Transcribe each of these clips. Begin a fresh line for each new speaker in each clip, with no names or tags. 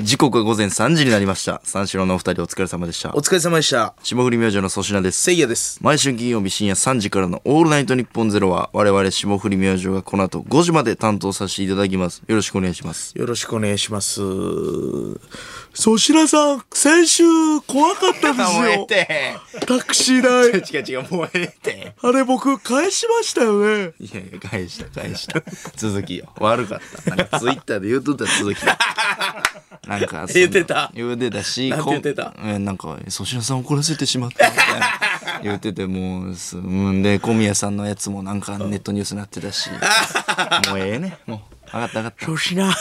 時刻は午前3時になりました。三四郎のお二人お疲れ様でした
お。疲れ様でした。
霜降り明星の粗品です。
せいやです。
毎週金曜日深夜3時からのオールナイトニッポンゼロは、我々霜降り明星がこの後5時まで担当させていただきます。よろしくお願いします。
よろしくお願いします。粗品さん、先週怖かった ですよ。
て。
タクシー 代。
違う違う、もうええて。
あれ僕返しましたよね。
いやいや、返した、 返した。続きよ。悪かった。なんか、ツイッターで言うとった続 き。なんか、そんな
言ってた
言うてたし、
なんて言ってた
こんえなんか、粗品さん怒らせてしまったみたいな。言ってて、もう、すうんで、小宮さんのやつもなんかネットニュースになってたし。 もうええね。もう、上がった上がった。
粗品。い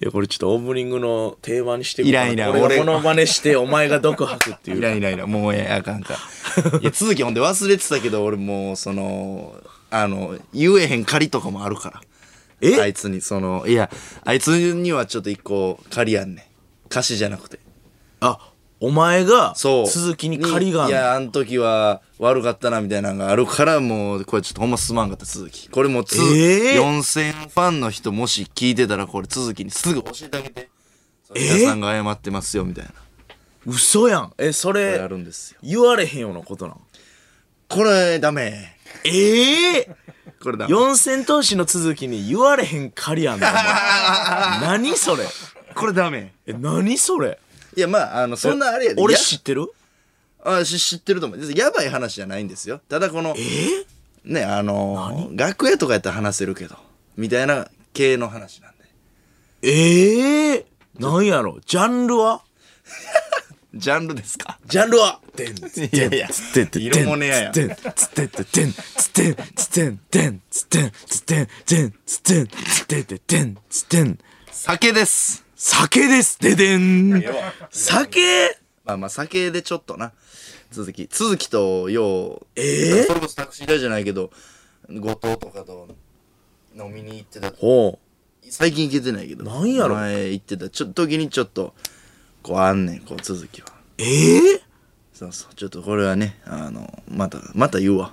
や、これちょっとオープニングの定番にして
いらんいらん
俺
俺
モノマネして、 お前が毒吐くってい。
いうらんいらんいらんもうええあかんあかんいや続きほんで忘れてたけど俺もうそのあの言えへん借りとかもあるから
え
あいつにそのいやあいつにはちょっと一個借りやんねん貸しじゃなくて
あ、お前が、
そう
鈴木に借りがあ
い
んの
やあん時は悪かったなみたいなのがあるからもうこれちょっとほんますまんかった鈴木これもうつ、
えー
4000ファンの人もし聞いてたらこれ鈴木にすぐ教えてあげて皆さんが謝ってますよみたいな
嘘やん。え、そ
これあ
れ
る、んですよ
言われへんようなことなの。
これダメ
ええ
こ れダメ
四千頭身の続きに言われへん借りやんのお前何それ
これダメ
え何それ
いやまああのそんなあれやで
俺
や
知ってる
あし知ってると思うやばい話じゃないんですよただこの
え
ねあのー楽屋とかやったら話せるけどみたいな系の話なんで
ええなんやろジャンルは
ジャンルですか
ジャンルはでんつ
いやいや
つってって
色物屋や
つってんつってっててんつってんつってんてんつってんつってんてんつってんつってっててんつってん
酒です
酒ですででん酒
まあまあ酒でちょっとな続き続きとよう
ええ
それこそタクシー代じゃないけど後藤とかと飲みに行ってた
ほう
最近行けてないけど
なんやろ
前行ってたちょっと時にちょっとこうあんねんこう続きは
ええ
そうそうちょっとこれはねあのまたまた言うわ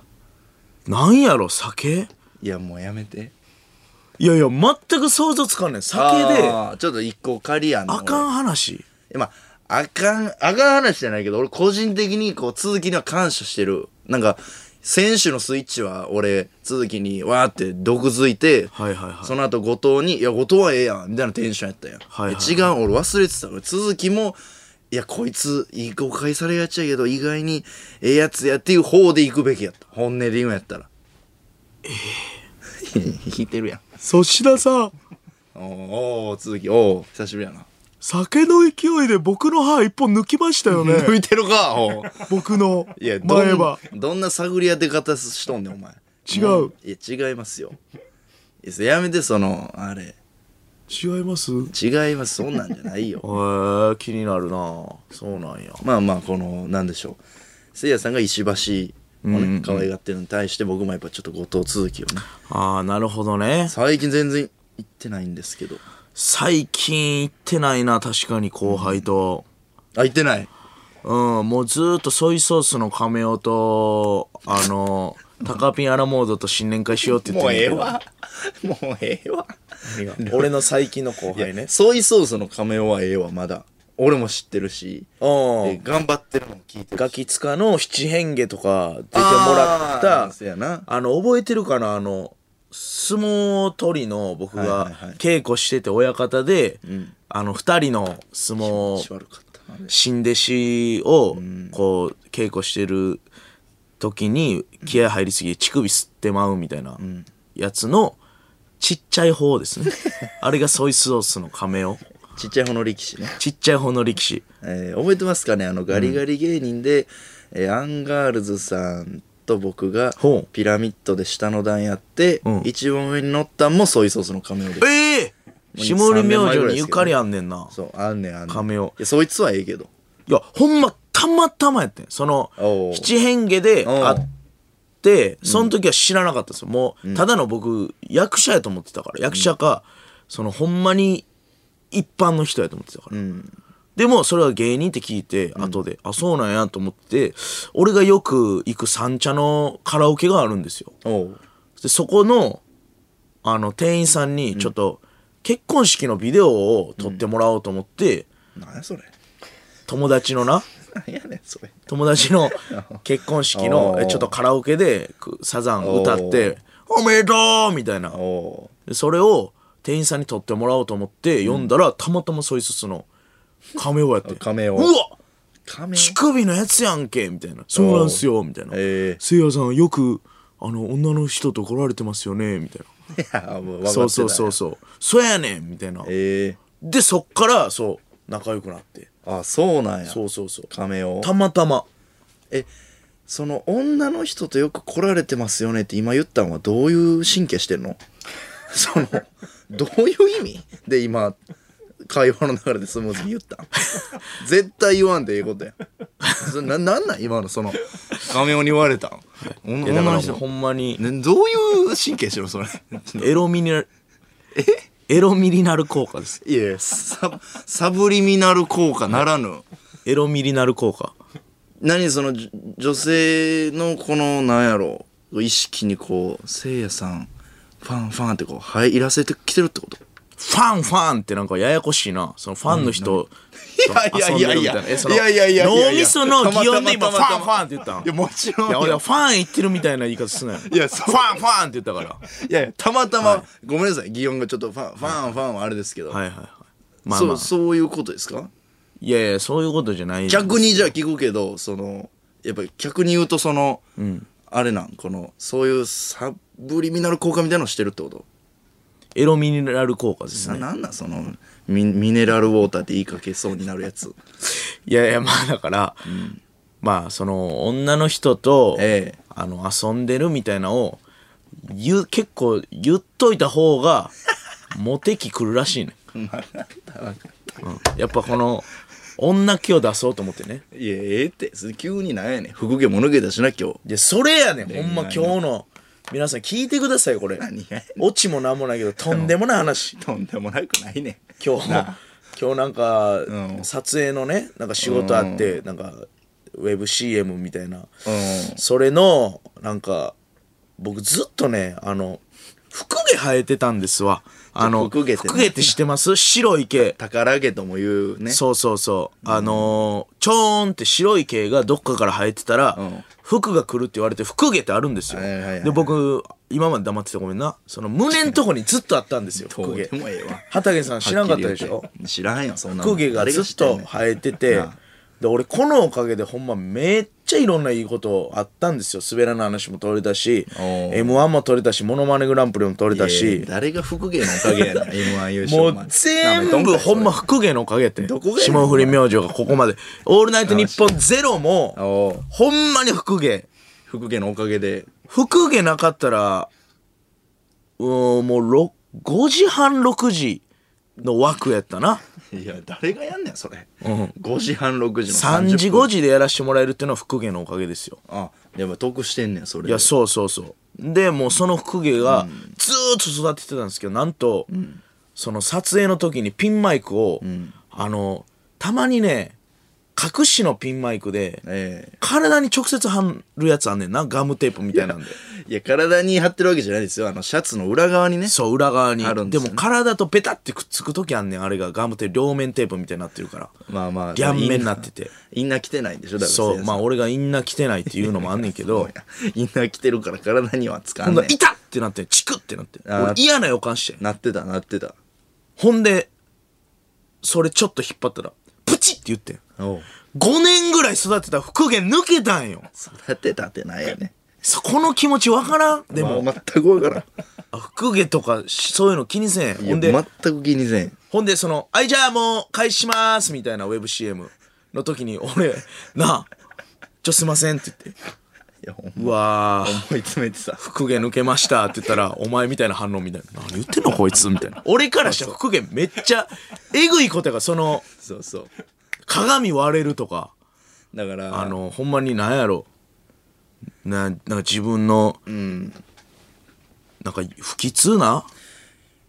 なんやろ酒
いやもうやめて
いやいや、全く想像つかんねん。酒で、あ
あーちょっと一個借りやんの
かん話。
俺まああかんあかん話じゃないけど俺個人的にこう続きには感謝してるなんか選手のスイッチは俺続きにわーって毒づいて、
はいはいはい
その後後藤に「いや後藤はええやん」みたいなテンションやったやん、
はいはいはい
いや違う俺忘れてた俺続きも「いやこいついい誤解されがちやけど意外にええやつや」っていう方で行くべきやった本音で言うんやったら ええ引いてるやん
粗品さん、
おーおー続きおお久しぶりやな
酒の勢いで僕の歯一本抜きました よ
抜いてるかおう
僕の
いやどん。どんな探り当て方しとんねんお前
違う
もいや違いますよいやそれやめてそのあれ
違いますえ
違いますそんなんじゃないよ
ー、気になるなそうなんや。
まあまあこのなんでしょうせいやさんが石橋をね、可愛がってるのに対して僕もやっぱちょっと後藤続きをね
あー、なるほどね。
最近全然行ってないんですけど
最近行ってないな、確かに後輩と。
あ行ってない
うん、もうずーっとソイソースの亀尾と、あの、タカピンアラモードと新年会しようって言ってんだけど。
もうええわ
何が俺の最近の
い
後
や
輩ね。
ソイソースの亀尾はええわまだ俺も知ってるし
うん
え頑張ってるのも聞いてるし
ガキツカの七変化とか出てもらった
あーそうやな
あの覚えてるかなあの相撲取りの僕
はいは
が
いはい
稽古してて親方で、あの二人の
気
相
持ち
撲
悪かったなあれ
新弟子をこう稽古してる時に気合入りすぎて乳首吸ってまうみたいなやつのちっちゃい方で すねあれがソイソースの亀を
ちっちゃい方の力士ね、
ちっちゃい方の力士
えー覚えてますかねあのガリガリ芸人で、えーアンガールズさんと僕が
ほう
ピラミッドで下の段やって、
うん
一番上に乗ったんもソイソースの亀尾です
ええ
もう
下降り明
3年前ぐらいで
星に
す
ゆ
けど
かりあんねんな。
そうあんねんあんねん
亀尾
いやそいつはええけど
いや、ほんま、たまたまやってん。その
お、う
七変化で
おう
会って、その時は知らなかったんですよ。もう、ただの僕、役者やと思ってたから。役者か、その、ほんまに、一般の人やと思ってたから。でも、それは芸人って聞いて、後で、あ、そうなんやと思って、俺がよく行く三茶のカラオケがあるんですよ。
おう
でそこのあの店員さんにちょっと、結婚式のビデオを撮ってもらおうと思って、
何やそれ
友達のな
何やねんそれ
友 達の結婚式
お
の
ー
えちょっとカラオケでくサザン歌って「おめでとう!」みたいな
おお
でそれを店員さんに撮ってもらおうと思って読んだら、たまたまそいつつのカメオやっ て
カメオ
うわ
カメ
乳首のやつやんけみたいなそうなんすよみたいな
ええ
せいやさんよくあの女の人と来られてますよねみたいない
やもう分かってた
そうそうそうそうそうやねんみたいな
ええ
でそっからそう仲良くなって
あそうなんや
そうそうそう
カメオ
たまたま
えその女の人とよく来られてますよねって今言ったのはどういう神経してん のそのどういう意味で今会話の中でスムーズに言った ん絶対言わんでええことやそれななんなん今のその画面に言われたん女
いやだか
女の
ら
人、
ほんまに
ね、どういう神経してるのそれ
エロミニナルエロミリナル効果です
いやササブリミナル効果ならぬ
エロミリナル効果
何そのじょ女性のこのなんやろう意識にこうせいやさんファンファンってこう入らせてきてるってこと
ファンファンってなんかややこしいなそのファンの人
いやいやいやいや
遊んでるみたなえその
いやいやいやいやいや
脳みその擬音で今
た
フ
またま
ァンファンって言ったのい
もちろ
や俺
い
はファン言ってるみたいな言い方すなよい
や
フ
そう
ァンファンって言ったから
やいやたまたま、ごめんなさい擬音がちょっとファンファンファンはあれですけど、
はいはいはいまあ
そ
まあ
うそういうことですか
いやいやそういうことじゃない
逆にじゃあ聞くけどそのやっぱり逆に言うとその、あれなんこのそういうサブリミナル効果みたいなのしてるってこと
エロミリナル効果です
な
ね
なんなんそのミミネラルウォーターって言いかけそうになるやつ
いやいやまあだから、まあその女の人と、
ええ
あの遊んでるみたいなのを言う結構言っといた方 がモテ期くるらしいね、うん、やっぱこの女気を出そうと思ってね
いやええってそれ急になんやねん服毛も抜けたしな今日
でそれやねんほんま
恋愛の
今日の皆さん聞いてくださいこれ
何が
オチもなんもないけどとんでもない話
とんでもなくないね
今日今日なんか、
うん
撮影のねなんか仕事あって、なんかウェブ CM みたいな、
うん
それのなんか僕ずっとねあの服毛生えてたんですわあの
服毛ってね
服毛って知ってます白い毛
宝毛とも言うね
そうそうそう、あのーちょーんって白い毛がどっかから生えてたら、
うん
服が来るって言われて服毛ってあるんですよ、
はいはいはい
で僕今まで黙っててごめんなその胸のとこにずっとあったんです よ
ど
服
う
毛
でもええわ
畑さん 知らんかったでし
はっ
ょ
きり言うて知らんよそんなの
服毛がずっと生えてて
なあ
で俺このおかげでほんまめっちゃいろんないいことあったんですよ滑らない話も取れたし
おー
m 1も取れたしモノマネグランプリも取れた
だ
し
し誰が服毛のおかげやな M1 優勝
も
ま
う
で
全部ほんま福芸のおかげって
どこがやねん
霜降り明星がここまで「オールナイトニッポンゼロも
おう
ほんまに福芸
服毛のおかげで
福芸なかったらうーんもうろ5時半6時の枠やったない
や誰がやんねんそれ、
ん
5時半6時の
3時5
時
時でやらしてもらえるっていうのは福芸のおかげですよ
あやっぱ得してんねんそれ
いやそうそうそうでもうその福芸がずーっと育ててたんですけどなんと、その撮影の時にピンマイクを、あのたまにね隠しのピンマイクで
ええ
体に直接貼るやつあんねんなガムテープみたいなんで
いや体に貼ってるわけじゃないですよあのシャツの裏側にね
そう裏側に
あ
で,、
るんですよね
も体とベタってくっつく時あんねんあれがガムテープ両面テープみたいになってるから
まあまあ
両面になってて
インナー着てないんでしょだから
そうまあ
あ
俺がインナー着てないっていうのもあんねん けど
インナー着てるから体にはつか
ほ
ん
ん
ね
だ
ん
ら痛っってなってチクってなって
あー
俺嫌な予感して
なってたなってた
ほんで、それちょっと引っ張ったら、プチって言ってん。
おう
5年ぐらい育てた復元抜けたんよ。
育てたってないよね
そこの気持ちわからん
で
でも、
も、まあ全く分からん
あ復元とかしそういうの気にせ
い
ん。ほ
や
んで、
全く気にせん
ほんでその、はい、じゃあもう開始しますみたいなウェブ CM の時に、俺、なあ、ちょ、すいませんって言って、
いやほん
うわー。
思い詰めてさ
復元抜けましたって言ったら、お前みたいな反応みたいな。何言ってんのこいつみ たいな。俺からしたら復元めっちゃ、えぐいことやから、その、
そうそう
鏡割れるとか。
だから
あのほんまになんやろななんか自分の、なんか不吉な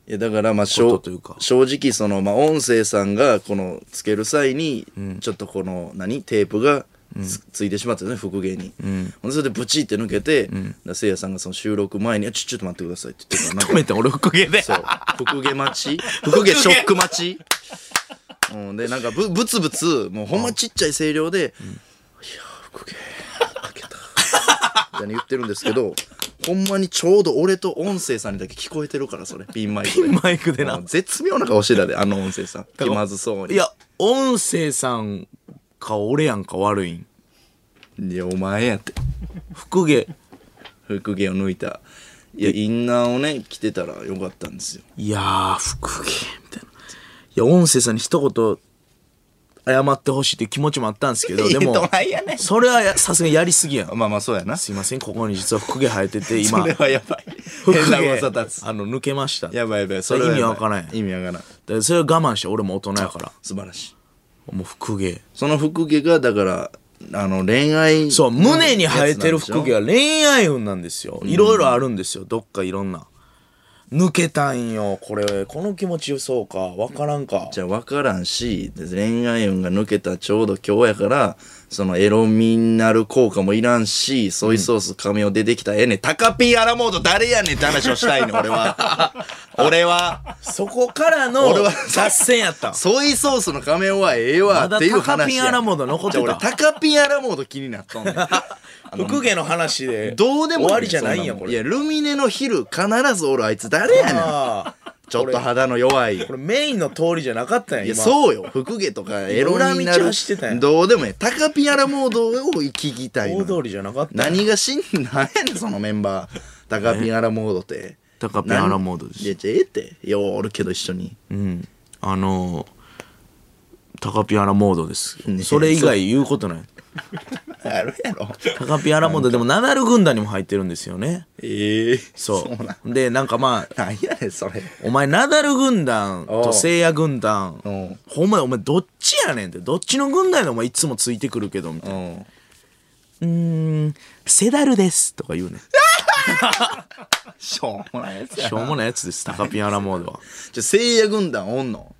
い
やだからまあし
こ
ょ
とというか
正直そのまあ音声さんがこのつける際にちょっとこの何テープがつ,、いてしまったよね復芸に、ほんでそれでブチって抜けて、だせいやさんがその収録前に「あちょちょっと待ってください」って言ってたから
止めて俺福毛で
そう福毛待ち福毛ショック待ちうん、でなんかぶぶつぶつもうほんまちっちゃい声量で「いやー福毛開けた」みたいに言ってるんですけどほんまにちょうど俺と音声さんにだけ聞こえてるからそれピンマイクで
マイクでな
もう絶妙な顔してたであの音声さん気まずそうに
いや音声さんか俺やんか悪いん
いやお前やって
福毛
福毛を抜いたいやインナーをね着てたらよかったんですよ
いやー福毛みたいないや音声さんに一言謝ってほしいっていう気持ちもあったんですけどでも
どないやねん
それはやさすがにやりすぎやん
まあまあそうやな
すいませんここに実は福毛生えてて
そ
今
れはやばい
福毛
変な噂立つ
あの抜けました
やばいやばいそ
れ
れはやばい
意味わからんやん
意味わからん
でそれを我慢して俺も大人やから
素晴らしい
もう福毛
その福毛がだからあの恋愛
そう胸に生えてる服毛
は
は恋愛運なんですよいろいろあるんですよどっかいろんな抜けたんよこれこの気持ちそうかわからんか
じゃあ分からんし恋愛運が抜けたちょうど今日やからそのエロみになる効果もいらんしソイソース髪を出てきたらええねんタカピーアラモード誰やねんって話をしたいねん俺 は俺は
そこからの
俺は
脱線や ったん
ソイソースの亀はええわ
まだ
っていう話
タカピンアラモード残って
じゃあ
た
俺タカピンアラモード気になったんねん
服毛の話で
どうでもいいねん
終わりじゃないん
そ
や
も
こ
い
れ
やルミネの昼必ずおるあいつ誰やねん
ああ
ちょっと肌の弱い
これメインの通りじゃなかったんや
いや
今
そうよ福毛とかエロにな
裏道
る
走ってたやん
どうでもいいタカピアラモードを聞きたい
大
の
通りじゃなかった
何がしんなんやねんそのメンバータカピアラモードって
タカピアラモードです
いやじゃあええってようおるけど一緒に
うんあのータカピアラモードです
ね
それ以外言うことない
あるやろ
タカピアラモードでもナダル軍団にも入ってるんですよね
ええ
そ
そうなん
う。で、なんかまあ、
なんやねんそれ
お前、ナダル軍団
おう
と聖夜軍団
おう、
ほんまにお前、どっちやねんって、どっちの軍団でお前、いつもついてくるけど、みたいな。
ん
うーん、セダルですとか言うねん。
しょうもないやつや
しょうもないやつです、タカピアラモードは。
じゃあ聖夜軍団おんの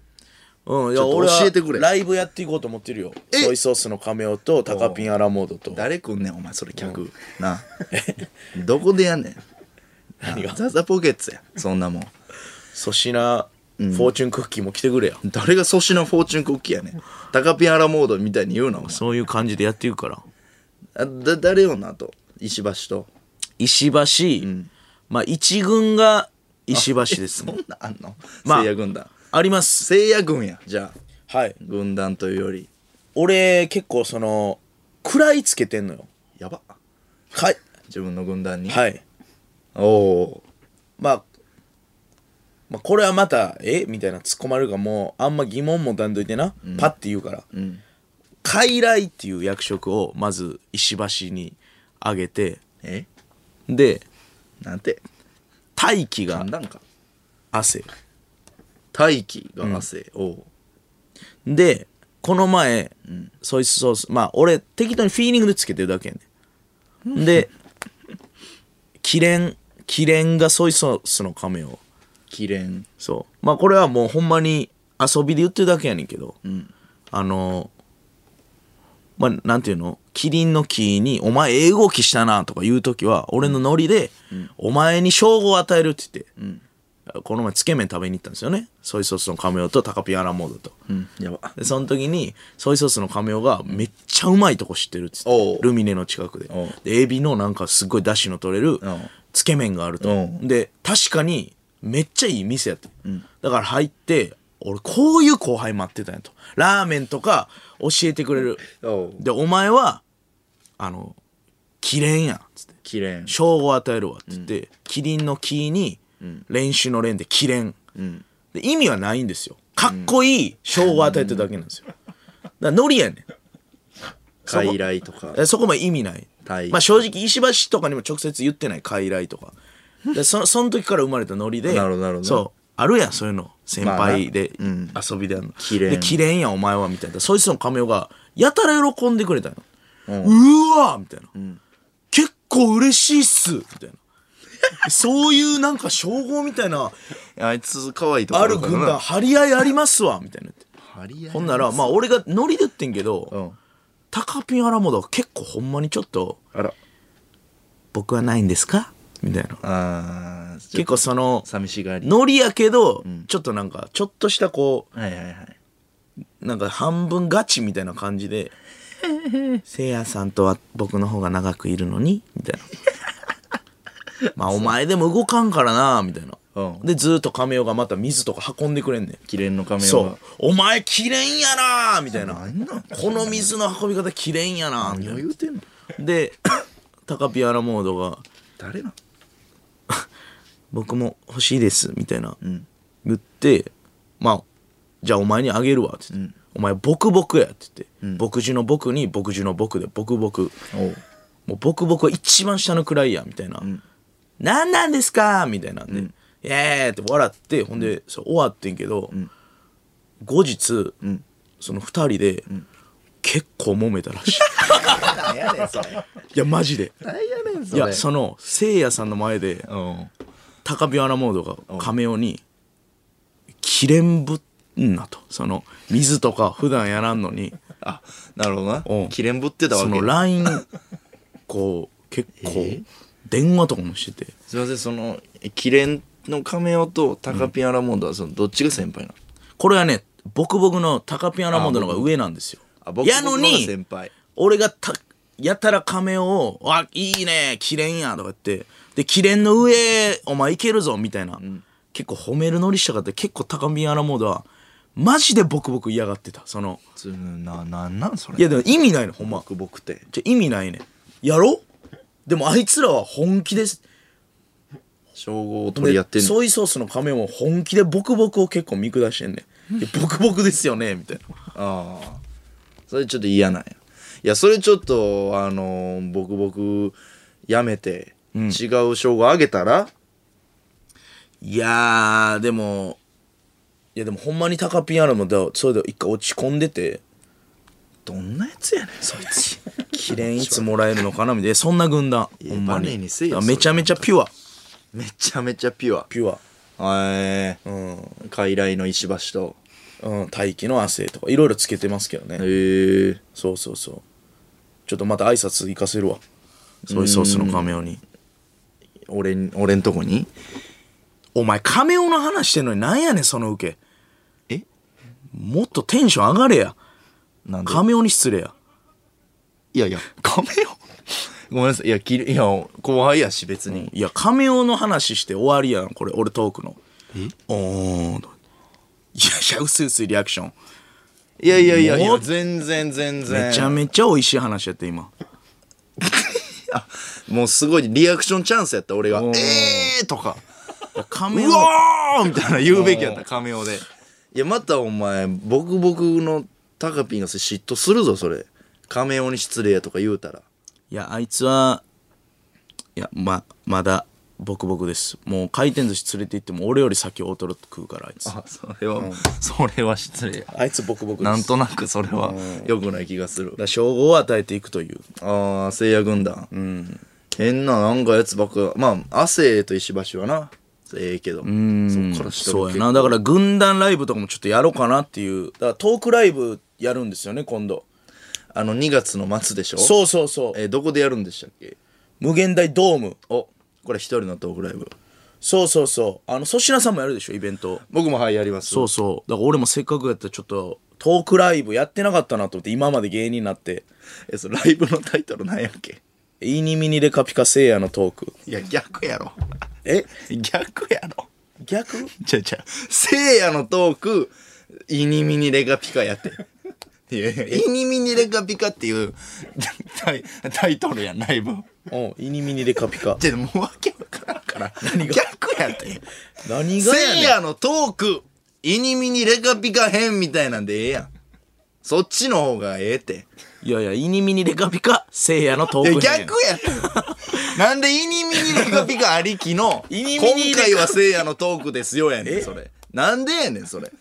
うん、いや、
ちょっと
俺は
教えてくれ
ライブやっていこうと思ってるよ。
え
ソイソースのカメオと、タカピンアラモードと。
誰来んねんお前それ客、な どこでやんねん
何が
ザザポケッツやそんなもん
粗品、フォーチュンクッキーも来てくれや。
誰が粗品フォーチュンクッキーやねんタカピアラモードみたいに言うなお前
そういう感じでやっていくから。
あだ誰よなと石橋と
石橋、まあ、一軍が石橋です
そ
ね。
んなんあんの、
まあ
聖夜軍団
あります。
聖夜軍やじゃあ
はい。
軍団というより
俺結構その食らいつけてんのよ
やば
はい
自分の軍団に、
はい
おお
まあまあこれはまたえみたいな突っ込まれるかもうあんま疑問持たんといてな、パッて言うから、
ん
傀儡っていう役職をまず石橋にあげて
え
で
なんて
大気
な
が
んだんか
汗
大気が汗、おう
でこの前、ソイスソースまあ俺適当にフィーリングでつけてるだけやねんでキレンキレンがソイソースの亀を
キレン
そうまあこれはもうほんまに遊びで言ってるだけやねんけど、あのまあなんていうのキリンの木に「お前ええ動きしたな」とか言う時は俺のノリで「お前に称号を与える」って言って、この前つけ麺食べに行ったんですよねソイソースのカメオとタカピアラモードと。
うんやば
でその時にソイソースのカメオがめっちゃうまいとこ知ってるっつっ
お
て
う
ルミネの近くで
おう
でエビのなんかすっごい出汁の取れる
ん
つけ麺があると
う
で確かにめっちゃいい店やって、だから入って俺こういう後輩待ってたんやとラーメンとか教えてくれる
おう
でお前はあのキレンやっつって
キレン
賞を与えるわって言って、キリンのキに練習の練でキレン、で意味はないんですよかっこいい賞を与えてるだけなんですよ、だからノリやね
傀儡とか
んそこも意味ない、
はい
まあ正直石橋とかにも直接言ってない傀 儡とかでそその時から生まれたノリで
なるほどなるほど
そうあるやんそういうの先
まあな
輩で遊びであるの、
キレン
でキレンやんお前はみたいなそいつの亀尾がやたら喜んでくれたの、うわーみたいな、結構嬉しいっすみたいなそういうなんか称号みたいな
あいつ可愛いとこ
ある軍団張り合いありますわみたいな言って
張り合い
ほんならまあ俺がノリで言ってんけど、
うん
タカピンアラモードは結構ほんまにちょっと
あら
「僕はないんですか?」みたいな
あー
結構その
寂しがり
ノリやけど、ちょっとなんかちょっとしたこ
はいはいはい。
うなんか半分ガチみたいな感じで「せいやさんとは僕の方が長くいるのに」みたいな「まあお前でも動かんからな」みたいな、
うん
でずーっと亀尾がまた水とか運んでくれんねん
キレンの仮面
そう
は。
「お前きれんやな」みたいな
なんなん
「この水の運び方きれんやな」みたい
何を
な
言うてんの
でタカピアラモードが
誰なん
「僕も欲しいです」みたいな、言って「まあじゃあお前にあげるわ」って言ってお前僕僕や」って言って、牧師の僕に牧師の僕で僕僕
おう
もう僕僕は一番下の位やみたいな「なん、何なんですか?」みたいなんで「イエーイ!」って笑ってほんでそれ終わってんけど、後日、その二人で、結構揉めたら しい
何やねんそれ。
いやマジで
何やねんそ
い
れ。
やそのせいやさんの前で
うん。
高ビアナモードが亀尾に「きれんぶんな」とその水とか普段やらんのに
あ、なるほど
うん
な。キレンぶってたわ
そ
け。
の LINE こう結構電話とかもしてて
すいません、その、キレンの亀尾とタカピアラモンドは、その、どっちが先輩なの
これはねボクボクの高ピアナモードの方が上なんですよ
あ、僕
やの
僕が
に
先輩。
俺がたやたら亀尾を「あいいねキレンや」とか言ってでキレンの上お前いけるぞみたいな、結構褒めるノリしたかって結構高見アナモードはマジでボクボク嫌がってたその
つな、なんなんそれ。
いや、でも意味ないのほんま
僕、僕って。
じゃ意味ないねんやろでもあいつらは本気です
称号を取
で
り合ってんの。
ソイソースの亀も本気でボクボクを結構見下してんねんいやボクボクですよねみたいな
ああ。それちょっと嫌なんや。いや、それちょっと、あのー、僕、僕、やめて、違う称号あげたら、
いやーでもいやでもほんまにタカピンアラもだそれで一回落ち込んでて
どんなやつやねん、そいつ。
キレンいつもらえるのかなみたいなそんな軍団
いや
ほんま
バネ
に
にせえよ
だからめちゃめちゃピュア
めちゃめちゃピュア。
ピュア
ええうん。傀儡の石橋と。
うん大気の汗とかいろいろつけてますけどね、
へえ。
そうそうそうちょっとまた挨拶行かせるわソイソースの亀尾に
俺ん、俺んとこに
お前亀尾の話してんのになんやねんその受け
え
もっとテンション上がれや
なんで
亀尾に失礼や
いやいや、亀よ。ごめんなさい。いや、きれいや、後輩やし、別に。
いや亀尾の話して終わりやんこれ俺トークのえおーんといやいや薄々リアクション
いやいやいやい
も
や、
う
全然全然。
めちゃめちゃ美味しい話やって今
もうすごいリアクションチャンスやった、俺が。
おー
えーとか、
亀
う
尾
わーみたいな言うべきやった、亀尾で。いや、またお前、僕僕のタカピンがそれ嫉妬するぞ、それ。亀尾に失礼やとか言うたら。
いやあいつはいやままだボクボクですもう回転寿司連れて行っても俺より先大トロ食うからあいつ
あ、それは、それは失礼や。
あいつボクボクです
なん
だか
となくそれは良くない気がする。
ら称号を与えていくという
ああ、聖夜軍団。変な、なんかやつばっか。まあ、亜生と石橋はな、ええけど。そっからし
そうやなだから軍団ライブとかもちょっとやろうかなっていうだからトークライブやるんですよね今度
あの、2月の末でしょう。
そうそうそう
えーどこでやるんでしたっけ
無限大ドーム
お、これ一人のトークライブ。
そうそうそうあの粗品さんもやるでしょイベント
僕もはい、やります。
そうそうだから俺もせっかくやったらちょっとトークライブやってなかったなと思って今まで芸人になって
え、そのライブのタイトルなんやっけ
「イニミニレカピカセイヤのトーク
いや、逆 やろ。」
え
逆やろ。
逆
ちゃうちゃう。聖夜のトーク、イニミニレガピカやって。 いやいや、イニミニレガピカっていうタイタイトルやん、ライブ。
うん「イニミニレカピ カ
じゃもうわけわからんから何が逆やって」
何がや
せい
ねん
やのトークイニミニレカピカ編みたいなんでええやんそっちの方がええって
いやいや「イニミニレカピカセイヤのト
いや
ーク
逆
編」
やってなんでイニミニレカピカありきの
イニミニレ
今
カ
回はせいやのトークですよやねんそれなんでやねんそれ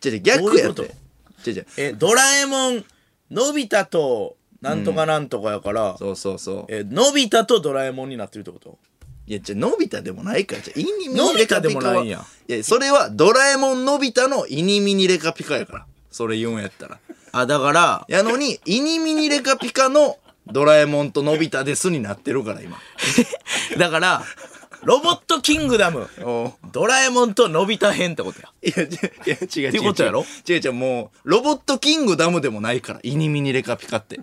じゃじゃ
どう
逆
い
や
う
っ
こと
てじゃじゃ
えドラえもんのび太となんとかなんとかやから、
そうそうそう
えーのび太とドラえもんになってるってこと
いやじゃのび太でもないからじゃイニミ
の
ニ
び
レカ
太で
ピ
も
カ
な
はい
んや
いやそれはドラえもんのび太のイニミニレカピカやからそれ言うんやったら
あ、だから、
やのに「イニミニレカピカ」の「ドラえもんとのび太です」になってるから今
だから、ロボットキングダム、
お
ドラえもんとのび太編ってことや。
いや、いや違う違う。
ていうことやろ
違う違う、もう、ロボットキングダムでもないから、イニミニレカピカって。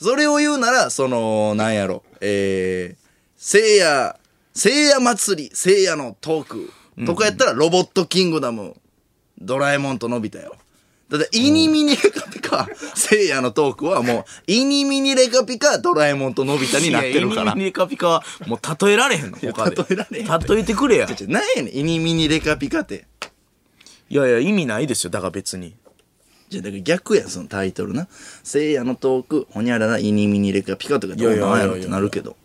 それを言うなら、その、なんやろ、えー、聖夜、聖夜祭り、聖夜のトークとかやったら、ロボットキングダム、ドラえもんとのび太よ。ただ、イニミニレカピカ、聖夜のトークはもう、イニミニレカピカ、ドラえもんとのび太になってるか
いや
ら
イニ。ミニカピカはもう例えられへんの
や
他で
例えられへん
例えてくれや
ちょちょなんやねん、イニミニレカピカって。
いやいや意味ないですよだから別に
じゃあだから逆やんそのタイトルな「せいやのトークほにゃららイニミニレカピカ」とかどうなんやろってなるけど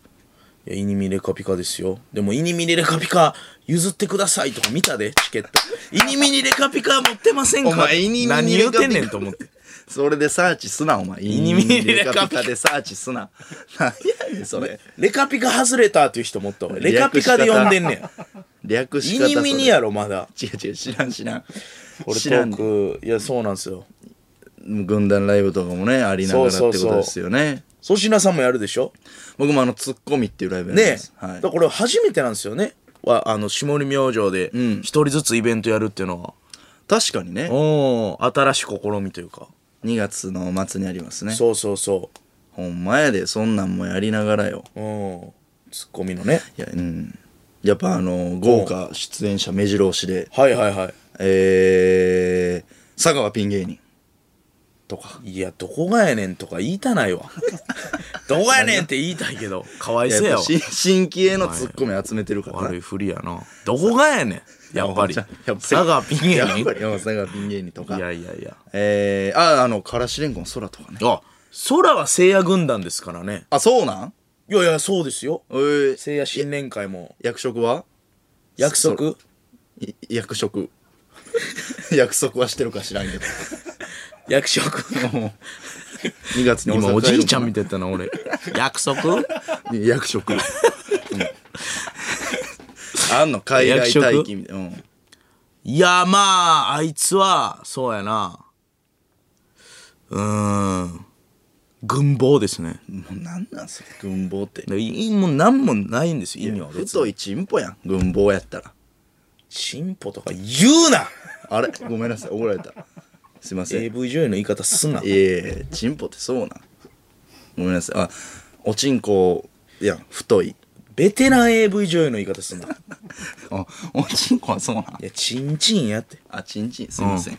いやイニミレカピカですよでもイニミレカピカ譲ってくださいとか見たでチケットイニミニレカピカ持ってませんか
お前イニミニレカピカ
何言うてんねんと思って
それでサーチすなお前イ
ニミニレカピカ
でサーチすな何やねんそれ
レカピカ外れたっていう人もっ とレカピカで呼んでんねん
略し
イ
方
ニミニ
そ
やろまだ
れ違う違う知らん知らん
俺ト
知らん
ークいやそうなんですよ
軍団ライブとかもねありながらって
そう
こ
そうそう
とですよね
粗品さんもやるでしょ
僕もあの「ツッコミ」っていうライブやりま
ね
す
え、
はい
だからこれ初めてなんですよねはあの下り明星で
ん
一人ずつイベントやるっていうのは、
確かにね
おー新しい試みというか、
2月の末にありますね
そうそうそ
ほんまやでそんなんもやりながらよ
ううんツッコミのね
いやうんやっぱあの豪華出演者目白押しで
はいはいは
えー、佐川ピン芸人とか。
いいやどこがやねんとか言いた ないわどこやねんって言いたいけどかわいそう
や
や
っ
わ
ぱ新新規へのツッコミ集めてるからな
悪い。ふりやなどこがやねんやっぱり
やっぱり
佐賀ピン芸
や
人
っぱりうん佐川ピン芸人とか。
いやいやいや
えー、あ、あの、からしれんこん空とかね。
あ空は聖夜軍団ですからね
あ、そうなん
いやいやそうですよ
えー、
聖夜新年会も
役職は
約
そ
束
い役職。 約束はしてるか知らんけど。
約束
2月に
今おじいちゃんみ
た
たいだったな俺約束
いな。役職。うんあんの海外
役職
待機みたいな。うん
いやまああいつはそうやなうーん軍棒ですね
もうなんなんそれ軍棒って
でいいもう何もないんですよ意味は別に
太いチンポやん軍棒やったら
チンポとか言うな
あれごめんなさい怒られたすいませんい
AV 女優の言い方すんな
えいえチンポってそうなんごめんなさいあおちんこやん太い
ベテラン AV 女優の言い方すんない
あおちんこはそうなん
やチンチンやって
あちんちんすいません、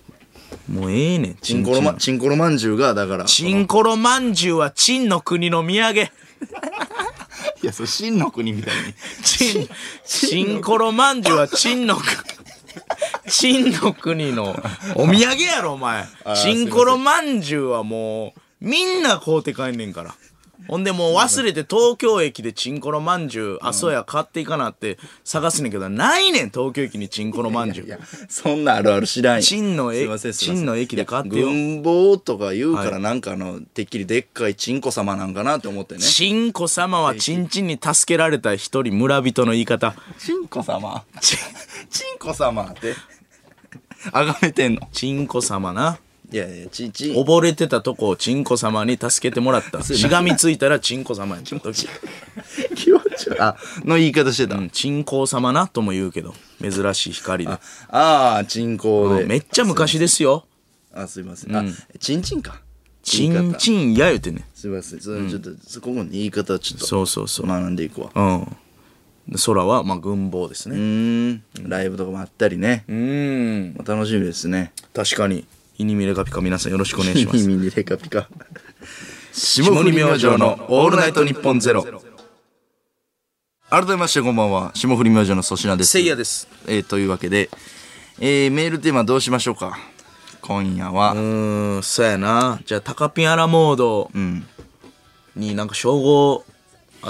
もうええねん
チンコロマチンコロまんじゅうがだから
チンコロまんじゅうはチンの国の土産
いやそう真の国みたいに
チン、チンコロまんじゅうはチンの国、チンの国のお土産やろ、お前。チンコロまんじゅうはもう、みんな買うて帰んねんから。ほんでもう忘れて東京駅でチンコロまんじゅう、あ、そうや、買っていかなって探すねんけど、ないねん、東京駅にチンコロまんじゅ
いや
う。
そんなあるある知らんよ
チンのえ
すいませんすいません
チンの駅で買ってよ
いや軍棒とか言うから
は
なんかあのてっきりでっかいチンコ様なんかなって思ってね
チンコ様はチンチンに助けられた一人村人の言い方。
チンコ様
チン
チンコ様ってあがめてんの
チンコ様な。
いやいやチンチン
溺れてたとこをチンコ様に助けてもらった。しがみついたらチンコ様やった時。
気持ち悪いあの言い方してた、
うん、チンコ様なとも言うけど、珍しい光で。
ああチンコで
めっちゃ昔ですよ。
あすいません、あチンチンか
チ
言い
ン
方
チンや言うてね。
すいませんそれちょっと、そこの言い方ちょっと
そうそうそう。
学んでいくわ
うん。空は、まあ、軍棒です
う
ね。
ーんライブとかもあったりね、
うん。
まあ楽しみですね
確かに。 イニミレカピカ皆さんよろしくお 願いします。
耳にレカピカ
下降り明星のオールナイトニッポンゼロ。
改めましてこんばんは霜降り明星の粗品です
せいやです。
えーというわけで、えーメールテーマどうしましょうか今夜は、
うーん、そうやな。じゃあ、タカピンアラモードになんか称号、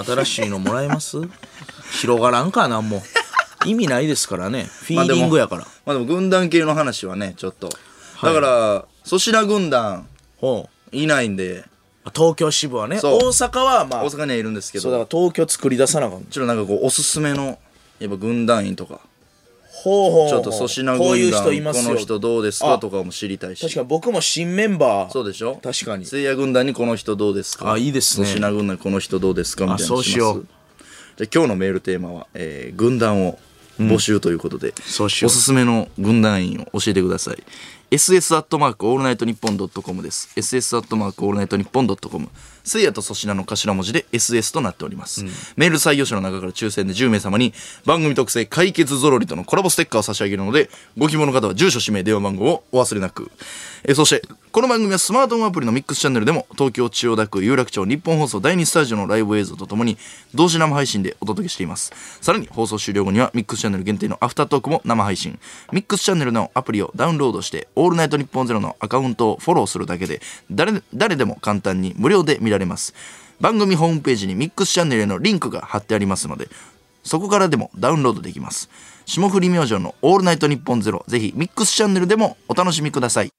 新しいのもらえます 広がらんかな、もう。意味ないですからね。フィーリングやから。
まあでも軍団系の話はねちょっと、だから粗品軍団
ほう
いないんで
東京支部はね。大
そう
阪はまあ、
大阪にはいるんですけ
そ
ど
うだ
も
から東京作り出さなあかん。
ちろんなんかこうおすすめのやっぱ軍団員とか
ほうほうほう
ちょっと粗品軍団
こういう人いますよ
この人どうです
あ
かとかも知りたいし
確かに僕も新メンバー
そうでしょ
確かに
せいや軍団にこの人どうですか
あいいですね
粗品軍団にこの人どうですかみたいなの
あそうしよう
ますじゃあ今日のメールテーマは、えー軍団を募集ということで、
そうしよ
お
う
すすめの軍団員を教えてください SS アットマークオールナイトニッポンドットコムです SS アットマークオールナイトニッポンドットコムせいやと粗品の頭文字で SS となっております、メール採用者の中から抽選で10名様に番組特製解決ぞろりとのコラボステッカーを差し上げるのでご希望の方は住所氏名電話番号をお忘れなくえーそしてこの番組はスマートフォンアプリのミックスチャンネルでも東京千代田区有楽町日本放送第2スタジオのライブ映像とともに同時生配信でお届けしていますさらに放送終了後にはミックスチャンネル限定のアフタートークも生配信ミックスチャンネルのアプリをダウンロードして「オールナイトニッポンゼロのアカウントをフォローするだけで誰で誰でも簡単に無料で見られます番組ホームページにミックスチャンネルへのリンクが貼ってありますのでそこからでもダウンロードできます霜降り明星の「オールナイトニッポンゼロぜひミックスチャンネルでもお楽しみください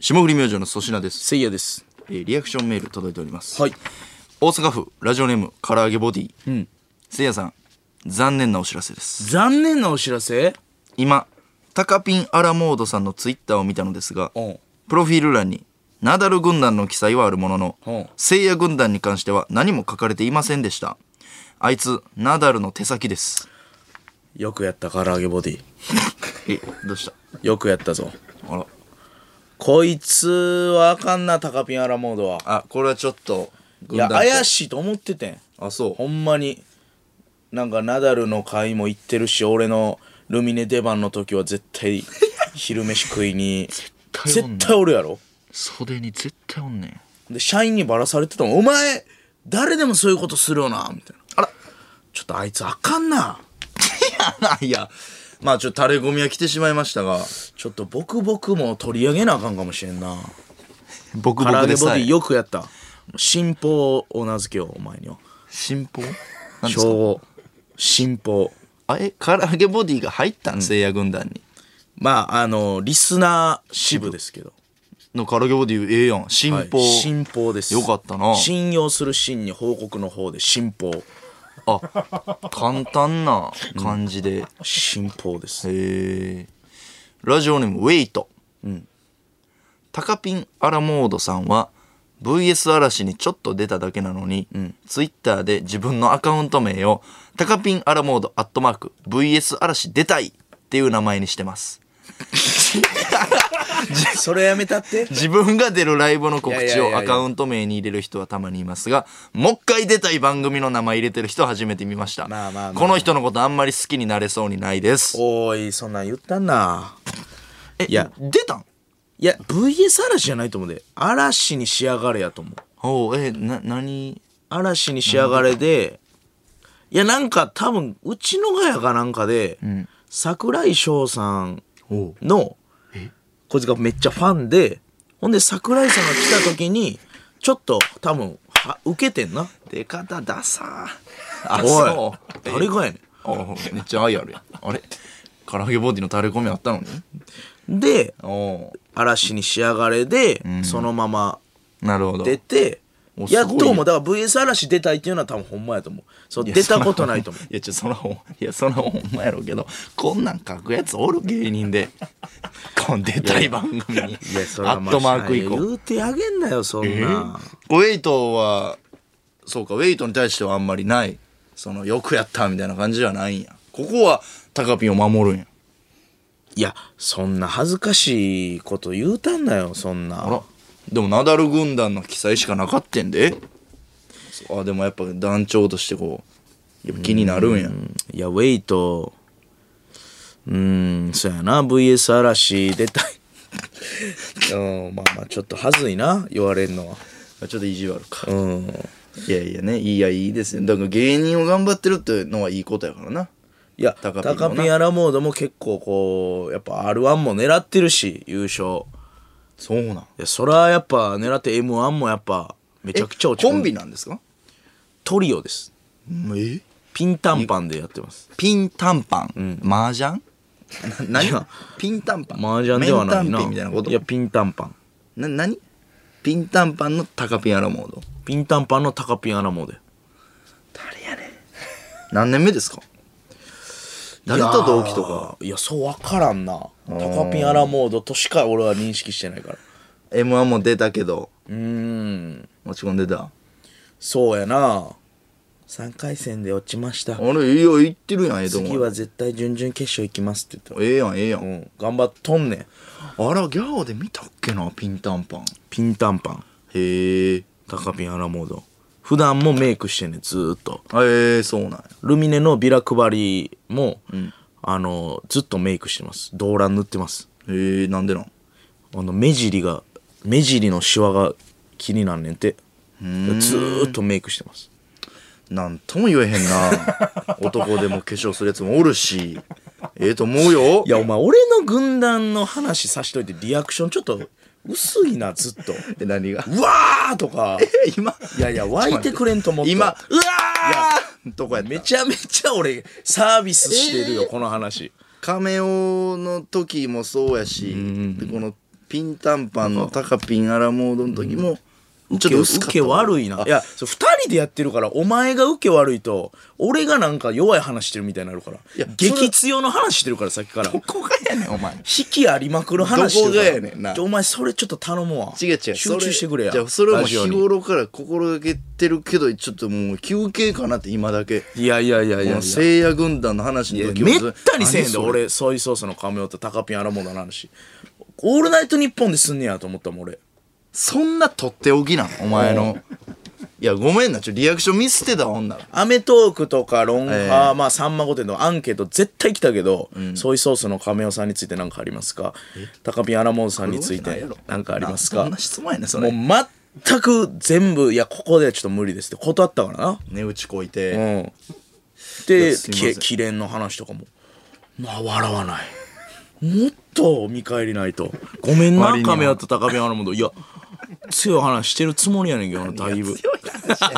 霜降り明星の粗品です、
せいやです
えーリアクションメール届いております、
はい
大阪府ラジオネーム唐揚げボディ、せいやさん残念なお知らせです
残念なお知らせ
今タカピンアラモードさんのツイッターを見たのですが
うん
プロフィール欄にナダル軍団の記載はあるもの
うん
のせいや軍団に関しては何も書かれていませんでしたあいつナダルの手先です
よくやった唐揚げボディ
えどうした
よくやったぞ
あら
こいつはあかんなタカピンアラモードは
あこれはちょっと
い
軍
や
団
怪
い
しいと思っててん
あそう
ほんまになんかナダルの会も行ってるし俺のルミネ出番の時は絶 対昼飯食いに
対おんな
絶対おるやろ
袖に絶対おんね ん
で社員にバラされてたもんお前誰でもそういうことするよなみたいな
あら
ちょっとあいつあかんない
やまあちょっと垂れ込みは来てしまいましたが
ちょっと僕僕も取り上げなあかんかもしれんな
僕
唐揚げボディよくやった新報を名付けようお前には
新報何です
称
か
号新報
あえ唐揚げボディが入ったんせいや軍団に
まああのリスナー支部ですけど
の唐揚げボディええやん新
はい
報、
新報です
よかったな
信用する信に報告の方で新報
あ簡単な感じで、
新報です
へえラジオネームウェイト、タカピンアラモードさんは VS 嵐にちょっと出ただけなのに、ツイッターで自分のアカウント名をタカピンアラモードアットマーク VS 嵐出たいっていう名前にしてます
それやめたって
自分が出るライブの告
いやい
知
やいやい
を
や
アカウント名に入れる人はたまにいますがもう一回出たい番組の名前入れてる人は初めて見ました、
まあまあまあ
この人のことあんまり好きになれそうにないです
おいそんなん言ったんな
え
いや
出たん
いや VS 嵐じゃないと思うで嵐に仕上がれやと思う
おうえな何
嵐に仕上がれでいやなんか多分うちのガヤかなんかで、桜井翔さん
お
のこいつがめっちゃファンでほんで桜井さんが来た時にちょっと多分は受けてんな
出方ダサーあ
お
そう
い誰がやね
おうめっちゃ愛あ るやんあれ唐揚げボディの垂れ込みあったのに
んで
お
嵐に仕上がれで、そのまま
うなるほど
出て
おすごい
やっともうだから VS 嵐出たいっていうのは多分ほんまやと思うそう
いや
出たことないと思う
そ らいやちょそらほんいやそらほんまやろうけどこんなん書くやつおる芸人 でこん出たい番組に
いやそれ
ア
は
ットマーク以
言
降
うてあげんなよそんな、
ウェイトはそうかウェイトに対してはあんまりないそのよくやったみたいな感じじゃないんやここはタカピンを守るんや
いやそんな恥ずかしいこと言うたんなよそんな
あらでもナダル軍団の記載しかなかってんであでもやっぱ団長としてこうやっぱ気になるんや
いやウェイトうーんそうやな VS 嵐出たい うんまあまあちょっとはずいな言われるのは
あちょっと意地悪か
うん
いやいやねいいやいいですねだから芸人を頑張ってるってのはいいことやからない
や
高ピ
高ピ
ンもな
ンアラモードも結構こうやっぱ r 1も狙ってるし優勝
そうなん
いやそらやっぱ狙って m 1もやっぱめちゃくちゃ落ち込
コ
む
ンビなんですか
トリオです
え
ピン短パンでやってます
ピン短パン、麻雀 な何
いや
ピン短パン
麻雀ではない
麺短
な
ピンみたいなこと
いやピン短パン
な何ピン短パンのタカピンアラモード
ピン短パンの高ピンアラモード
誰やねん何年目ですか誰と同期とか
いやそう分からんなタカピンアラモードとしか俺は認識してないから
m 1も出たけど
うーん
落ち込んでた
そうやな3回戦で落ちました
あれいいよ言ってるやんええと
次
こ
は絶対準々決勝行きますって言っ
ええやんええやん、
たうん頑張っとんねん
あらギャオで見たっけなピンタンパン
ピンタンパン
へえ
タカピンアラモード普段もメイクしてんねんずーっと
ええそうなんや
ルミネのビラ配りも、あのずっとメイクしてます動乱塗ってます
へえなんでなん
あの目尻が目尻のシワが気になんねんてずーっとメイクしてます
なんとも言えへ んな男でも化粧するやつもおるしええと思うよ
いやお前俺の軍団の話さしといてリアクションちょっと薄いなずっと
え何が
うわーとか
え今
いやいや湧いてくれんと思った
今うわーとこやった
めちゃめちゃ俺サービスしてるよ、この話
カメオの時もそうやし、でこのピンタンパンのタカピンアラモードの時も、ちょっと薄か
受
った
け悪いないやそう2人でやってるからお前が受け悪いと俺がなんか弱い話してるみたいになるから
や
激強の話してるからさっきから
どこがやねんお前
引きありまくる話してるから
どこがやねんな
ちょお前それちょっと頼むわ
違う違う
集
そ
中してくれや
じゃあそれはもう
ラジオ
日
に
頃から心がけてるけどちょっともう休憩かなって今だけ
いやいやいやい
こ
や
の聖夜軍団の話の時
めったにせえへんで
何それ
俺ソイソースの亀尾とタカピンアラモーダの話オールナイトニッポンですんねやと思ったもん俺
そんなとっておきなんお前のいやごめんなちょリアクションミスってた女
アメトークとかロンハー、
ええ
まあさんま御殿のアンケート絶対来たけど、ソイソースの亀尾さんについて何かありますかタカピンアラモードさんについて何かあります
そ
か
んな質問やねんそ
も
れ
う全く全部いやここではちょっと無理ですって断ったからな
値打ちこいう て
ん
い
で
やすいません
き貴殿の話とかもまあ笑わないもっと見返りないとごめん
割に
な
は
亀屋と高見アナモードいや強い話してるつもりやねんけどなだいぶ
強い話や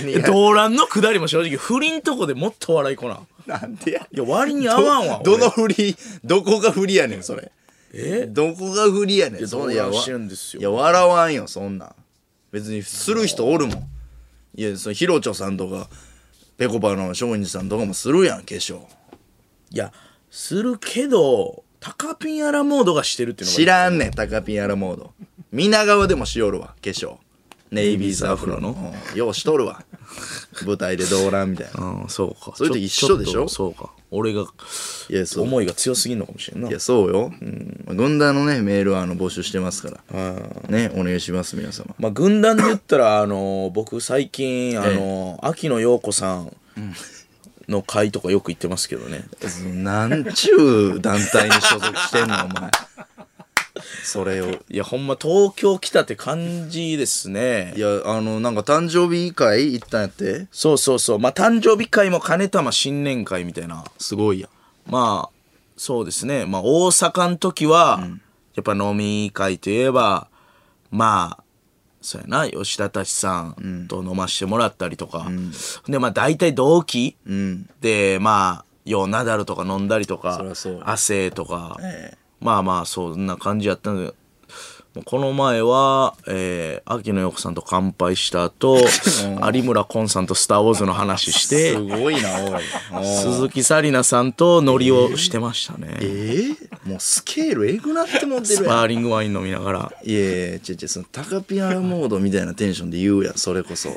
ねん何が
動乱のくだりも正直不倫とこでもっと笑いこな
なんでやねん
いや割に合わんわ
ど
俺
の振りどこが振りやねんそれえどこが振りやねんそんないや
どう
わ
してるんですよ
いや笑わんよそんなん別にする人おるもんいやそのヒロチョさんとかぺこぱの松陰寺さんとかもするやん化粧
いやするけど高ピンアラモードがしてるっていうのが
知らんねんタカピンアラモード皆川でもしよるわ化粧ネイビーズアフロの、うんようしとるわ舞台で動乱みたいな
うんそうか
それと一緒でしょ
ちっとそうか俺が
いやそう
思いが強すぎんのかもしれんない
やそうよ、軍団のねメールはあの募集してますから、
うん
ねお願いします皆様
まあ、軍団で言ったら、あのー僕最近、あのー秋野陽子さんの会とかよく行ってますけどね。
なんちゅう団体に所属してん の、お前。それを。
いや、ほんま東京来たって感じですね
い。や、あの、なんか誕生日会行ったんやって
そうそうそう。まあ、誕生日会も金玉新年会みたいな。
すごいやん。
まあ、そうですね。まあ、大阪の時は、やっぱ飲み会といえば、まあ、そうやな、吉田達さんと飲ましてもらったりとか。で、まあ、大体同期。
うん。
でまあようナダルとか飲んだりとか
そりゃそう
汗とか、
え
まあまあそんな感じやったんでこの前は、えー、秋野陽子さんと乾杯し た後有村昆さんと「スター・ウォーズ」の話し
え。
て
すごいな、 おい。
鈴木紗理奈さんとノリをしてましたね、
ええもうスケールえぐなって持って
ス
るや
パ
ん。
ーリングワイン飲みながら
いやいや、違う違う、その、タカピアラモードみたいなテンションで言うやん、それこ そ。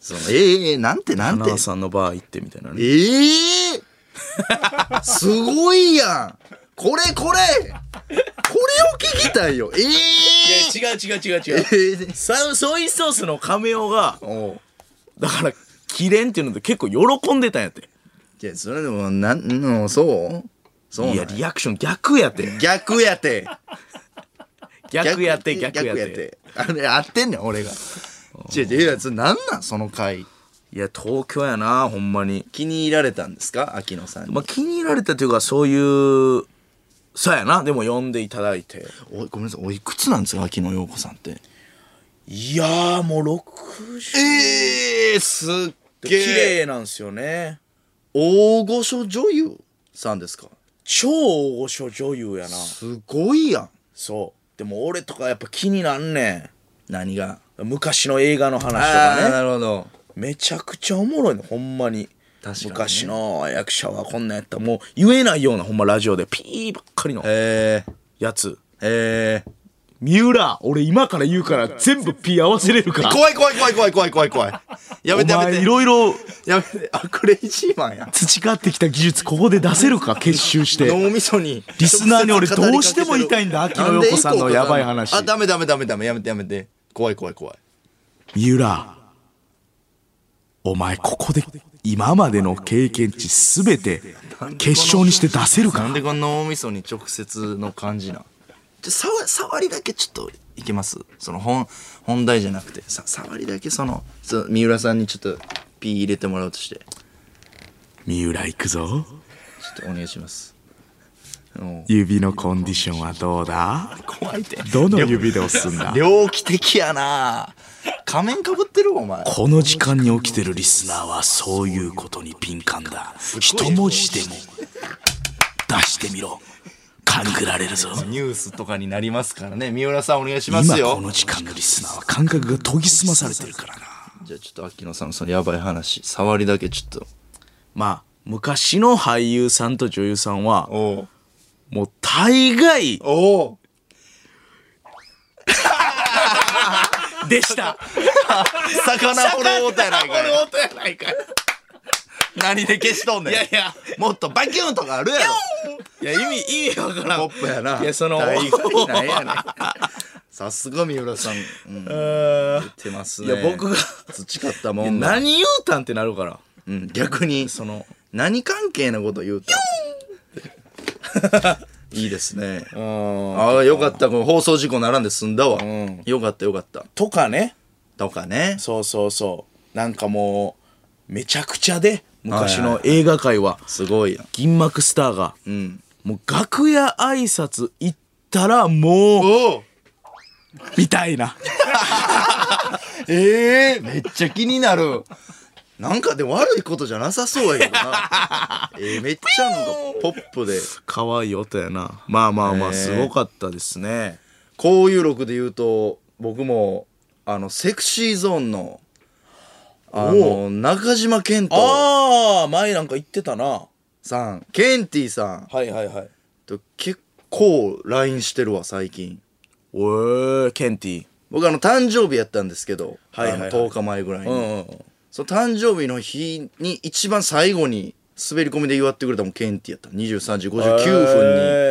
その、ええええなんてなん
花
て
輪。さんのバー行ってみたいなね
ええすごいやん。これこれ。これを聞きたいよ。ええ
違う違う違う違う
ええ
サソイソースの亀尾が
おう
だから「キレン」っていうので結構喜んでたんやって
いや、それでも、なん、の、そうそうなん
いやリアクション逆やって
逆やて。
逆やって逆やって
あれ、合ってんねん、俺が。違う違う、いや、それなんなん、その回。
いや東京やなほんまに
気に入られたんですか秋野さんに。
まあ気に入られたというかそういうそうやなでも呼んでいただいて
おいごめんなさい、おいくつなんですか秋野陽子さんって。
いやーもう60
ええすっ
綺
げえ。
麗なんですよね
大御所女優さんですか
超大御所女優やな
すごいやん。
そうでも俺とかやっぱ気になんね
何が。
ん昔の映画の話と
ああー、
かね
なるほど。
めちゃくちゃおもろいのほんまに
確かにね
昔の役者はこんなんやったもう言えないようなほんまラジオでピーばっかりの
えー、
やつ
えー、
三浦俺今から言うから全部ピー合わせれるか
怖い怖い怖い怖い怖い怖い怖いやめて
お
やめ
前
て
いろいろ
やめてあクレイジーマンや
培ってきた技術ここで出せ るか結集して
脳みそに
リスナーに俺どうしても言いたいんだ秋野
なんで
暢子さんのやばい話
あダメダメダメダメやめてやめて怖い怖い怖い
三浦お前ここで今までの経験値すべて結晶にして出せる
な
か
んでこの脳みそに直接の感じなじゃ触触りだけちょっといけますその本本題じゃなくてさ触りだけそのそう三浦さんにちょっとピー入れてもらおうとして
三浦行くぞ
ちょっとお願いしますうん
指のコンディションはどうだ
怖いって
どの指で押すんだ
猟奇的やな仮面かぶってるお前
この時間に起きてるリスナーはそういうことに敏感だ一文字でも出してみろ勘ぐられるぞ
ニュースとかになりますからね三浦さんお願いします
今
よ
この時間のリスナーは感覚が研ぎ澄まされてるからな
じゃあちょっと秋野さんのそのやばい話触りだけちょっと
まあ昔の俳優さんと女優さんは
おう
もう大概
おう
で した
魚掘る音やないかい
音やないかい
何で消しとんねん
いやいや
もっとバキュンとかあるや
いや意味意味わからん
ろポップやない
やその
大概ないやねんさすが三浦さん、うん、言ってますね
いや僕が
培ったもんが、
何言うたんってなるから
うん、逆に
その
何関係のこと言うたいいですねああよかったこの放送事故ならんで済んだわ、
ん
よかったよかった
とかね
とかね
そうそうそうなんかもうめちゃくちゃで昔
はい
の映画界は
すごいやん
銀幕スターが
うん
もう楽屋挨拶行ったらもう
お
みたいな
ええめっちゃ気になるなんかでも悪いことじゃなさそうやけどな えー、めっちゃなんかポップで
可愛い音やなまあまあま
へ
あ
え
すごかったですね
こういう録で言うと僕もあのセクシーゾーンのあの中島健人
ああ前なんか言ってたなは
さんケンティさん
いはいはい
と結構 LINE してるわ最近
おえケンティ
僕あの誕生日やったんですけど、
はいはいはい
あの10日前ぐらいに、
うんうんうん
その誕生日の日に一番最後に滑り込みで祝ってくれたのもケンティやった23時59分に
へ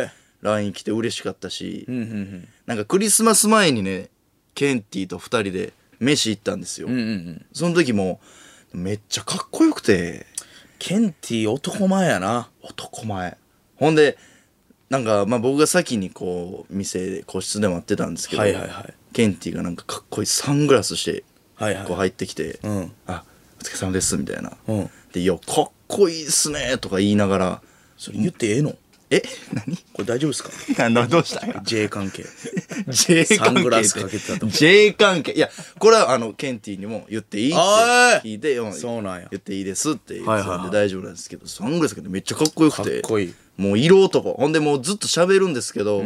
え
LINE 来て嬉しかったし、
うんうん
なんかクリスマス前にねケンティと2人で飯行ったんですよ、
うんうんうんうん
その時もめっちゃかっこよくて
ケンティ男前やな
男前ほんでなんかまあ僕が先にこう店で個室で待ってたんですけど、
はいはいはい
ケンティがなんかかっこいいサングラスして
はいはい
こう入ってきて「
うん
あお疲れ様です」みたいな「
うん
でいやかっこいいっすね」とか言いながら
それ言ってええのこ
「え
れ大丈夫 ですか
何どうしたんや
J 関係
J 関係
サングラスかけてたと
J 関係いやこれはあのケンティにも言っていいって
あー
聞いてうん
そうなんや
言っていいですって言って
はいはい
たん
はい
で大丈夫なんですけどサングラスかけてめっちゃかっこよくて
かっこいい
もう色男ほんでもうずっと喋るんですけど、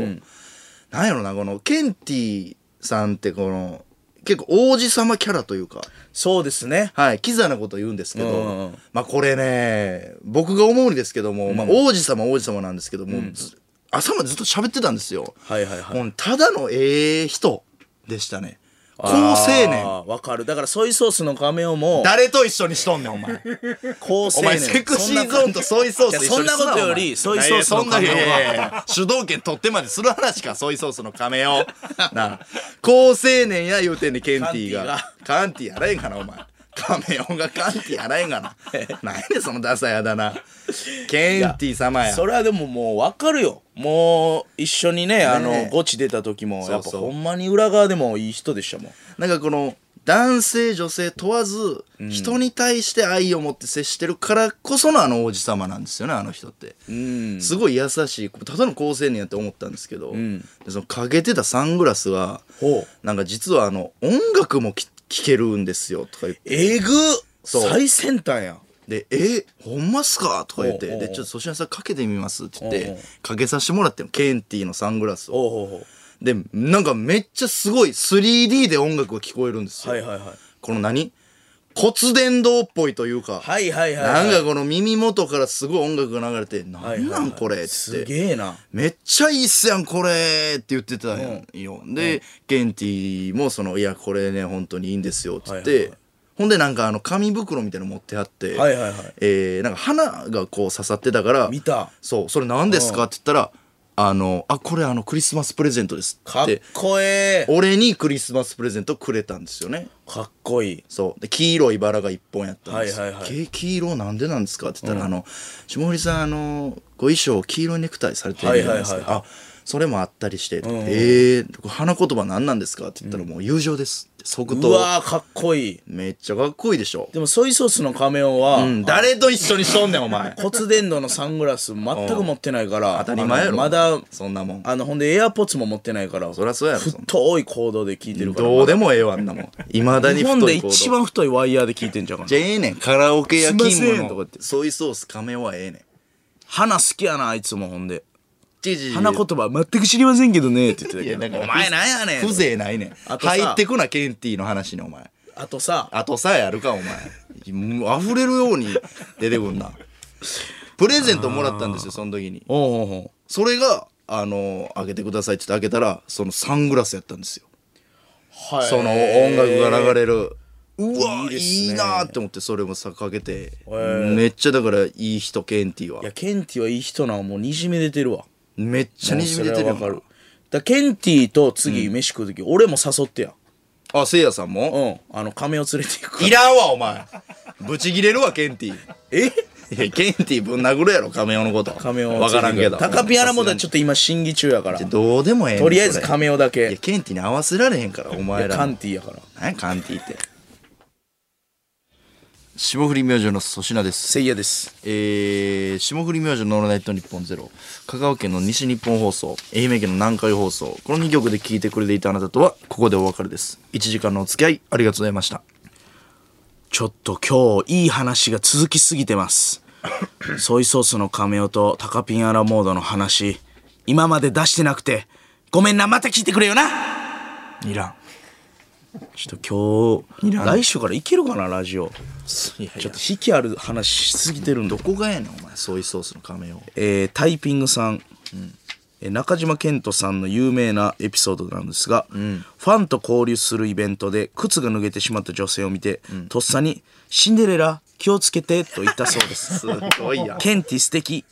なんやろなこのケンティさんってこの結構王子様キャラというか
そうですね
はい、キザなこと言うんですけど、
うんうんうん
まあこれね僕が思うんですけども、まあ、王子様王子様なんですけども、ず朝までずっと喋ってたんですよ、
はいはいはい
もうただのええ人でしたね好青年
あーわかるだからソイソースの画面をもう
誰と一緒にしとんねんお前
高青年
お前セクシーゾーンとソイソース一緒にす
いやそんなことより
お前
ソイソースの
いやいやそんな
亀を
いやいや主導権取ってまでする話かソイソースの亀 をなあ好青年や言うてんねんケンティがカンティやらへんかなお前亀をがカンティやらへんか な何やねんそのダサいあだ名ケンティ様や
それはでももう分かるよもう一緒にねあのゴチ出た時もやっ
そう
ぱ
そう
ほんまに裏側でもいい人でしたもん
なんかこの男性女性問わず人に対して愛を持って接してるからこそのあの王子様なんですよねあの人って、
うん
すごい優しいただの好青年やって思ったんですけど、
ん
でそのかけてたサングラスが
ほう
なんか実はあの音楽もき聴けるんですよとか言って
えぐ
そう
最先端やん
で「えほんまっすか?」とか言って「
おうおうおう
でちょっと粗品さんかけてみます」って言って
おうおう
かけさせてもらってもケンティのサングラスを
ほうほうほ
でなんかめっちゃすごい 3D で音楽が聞こえるんです
う
よ、
はいはいはい
この何骨伝導っぽいというか、
はいはいはいは
ないんかこの耳元からすごい音楽が流れて、なんなんこれっ
す
て。
げえな
めっちゃいいっすやんこれって言ってたやんよ、で、ケンティもその「いやこれね本当にいいんですよ」っつって、
はいはいは
ほんでなんかあの紙袋みたいなの持ってあって、
はいはいはい
えーなんか花がこう刺さってたから
見た
そうそれ何ですかって言ったら「あのあこれあのクリスマスプレゼントです」
か
っ
ってこええ
俺にクリスマスプレゼントくれたんですよね
かっこいい
そうで黄色いバラが一本やったんです、
はいはいはい
け黄色なんでなんですか?」って言ったら「あの下堀さんあのご衣装黄色いネクタイされてるじゃないですか、
はいはいはい
あそれもあったりして」
ん
えー、花言葉何なんですか?」って言ったら「もう友情です」って即
う
答
わーかっこいい
めっちゃかっこいいでしょ、
でもソイソースのカメオは、
うん、誰と一緒にしとんねんお前
骨伝導のサングラス全く持ってないから
当たり前やろ
あのまだ
そんなもん
あのほんでエアポッツも持ってないから
そりゃそうやろそんな
太いコードで聞いてるから
どうでもええわあんなもんいまだに
日
太い行
本
動
で一番太いワイヤーで聞いてんじゃんかな
じゃあええねんカラオケや勤
すいませ
務
んとか
の
って
ソイソース亀はええねん
花好きやなあいつもほんで
じじ
花言葉全く知りませんけどねって言ってたけ
いや
ど
だ
お
から
前なんやねん
風情ないねん
あとさ
入ってくなケンティーの話にお前
あとさ
あとさえあるかお前もう溢れるように出てくんなプレゼントもらったんですよその時に
おうおうおう
それがあの開けてくださいって言って開けたらそのサングラスやったんですよ
はい
その音楽が流れるう
いい
わいい,、
ですね
なーって思ってそれもさかけて
ー
めっちゃだからいい人ケンティーはい
やケンティはいい人なんもうにじみ出てるわ
めっちゃにじみ出てる
も
よ
うそれはわかるだからケンティと次飯食う時、俺も誘ってや
あせいやさんも、
うんあの亀を連れて行くから
いらんわお前 ブチギレるわケンティー
え
いや、ケンティぶん殴るやろ、亀尾のこと。
亀を
わからんけど。
高ピアラもだち
っ
ょっと今審議中やから
と。どうでもええねん
とりあえず
それ
亀を
い
だ
や、
け
ケンティに合わせられへんから、お前ら。
カンティやから
何や、カンティって。霜降り明星の粗品です。
せいやです
えー、霜降り明星のオールナイトニッポンゼロ。香川県の西日本放送、愛媛県の南海放送。この2曲で聴いてくれていたあなたとは、ここでお別れです。1時間のお付き合い、ありがとうございました。
ちょっと今日いい話が続きすぎてます。ソイソースの亀尾とタカピンアラモードの話、今まで出してなくて、ごめんな、また聞いてくれよな。
いらん。
ちょっと今
い
日、
らん
来週からいけるかな、ラジオ。
いやいや
ちょっと引きある話しすぎてるんで
ど。こがやねん、お前、ソイソースの亀を。
えータイピングさん、えー中島健人さんの有名なエピソードなんですが、ファンと交流するイベントで靴が脱げてしまった女性を見て、とっさに「シンデレラ気をつけて」と言ったそうで す
すごいやん。
ケンティ素敵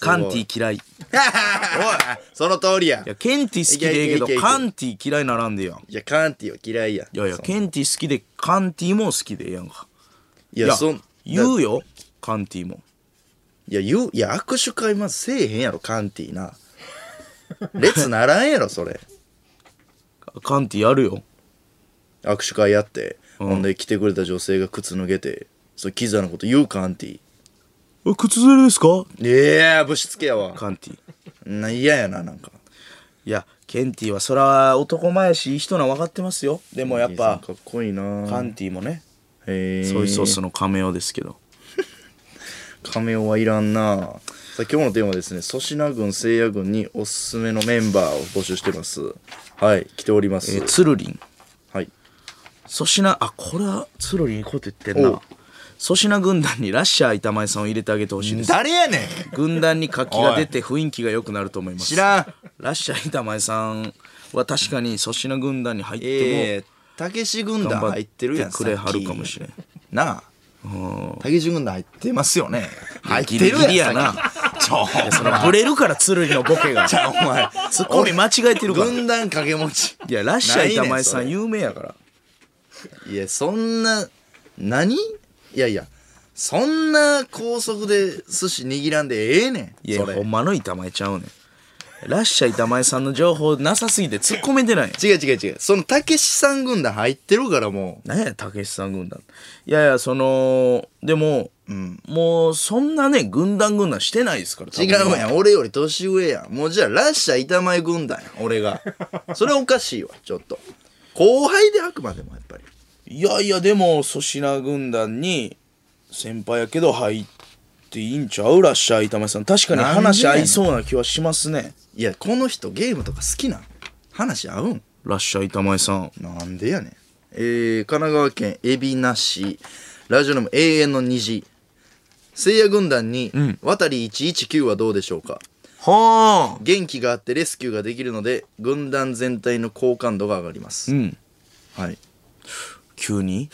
カンティ嫌いい
おいその通りやいや
やケンティ好きでええけど
いけいけいけいけ
カンティ嫌いならんでやんい
カンティは嫌いやい
やいやケンティ好きでカンティも好きでええやんか
い
い
やそん
言
いう
よカンティも
や言ういや握手会まずせえへんやろカンティな列ならんやろそれ
カンティやるよ
握手会やって、ほんで来てくれた女性が靴脱げてそれキザなこと言うカンティ
え靴ずれですか
いやーぶしつけやわ
カンティ
な嫌やななんか
いやケンティはそら男前やしいい人なん分かってますよでもやっぱ
かっこいいな
カ
ー
ンティもね
へえ
ソイソースの亀尾ですけど
亀尾はいらんなさあ今日のテーマはですね粗品軍聖夜軍におすすめのメンバーを募集してますはい来ております、
えーつるりん
はい
粗品あこれはつるりんいいこと言ってん
お
な
う
粗品軍団にラッシャー板前さんを入れてあげてほしいです
誰やねん
軍団に活気が出て雰囲気が良くなると思います
知らん
ラッシャー板前さんは確かに粗品軍団に入って
ええたけし軍
も
団
頑
入
張
っ
ってて
るやん
くれはるかもしれん
れんなあたけし軍団入ってますよね入ってる
ギリギリ
や
や
んさ
な
っきちょ
いやそのブレるからつるりの ボケが
お前
ツッコミ間違えてるから
軍団掛け持ち
いやラッシャー板前さ
ない
ん
ね
有名やから
それいやそんな何いやいやそんな高速で寿司握らんでええねん
いや
それ
ほんまの板前ちゃうねんラッシャー板前さんの情報なさすぎて突っ込めてない
違う違う違うそのたけしさん軍団入ってるからも
何やたけしさん軍団いやいやそのでも、もうそんなね軍団軍団してないですから
う違うやん俺より年上やんもうじゃあラッシャー板前軍団やん俺がそれおかしいわちょっと後輩であくまでもやっぱり
いやいやでも粗品軍団に先輩やけど入っていいんちゃうラッシャー板前さん確かに話合いそうな気はしますね
いやこの人ゲームとか好きなん話合うん
ラッシャー板前さん
なんでやねんえー神奈川県海老名市ラジオネーム永遠の虹聖夜軍団に、渡り119はどうでしょうか
はあ
元気があってレスキューができるので軍団全体の好感度が上がります、
うん
はい
急 に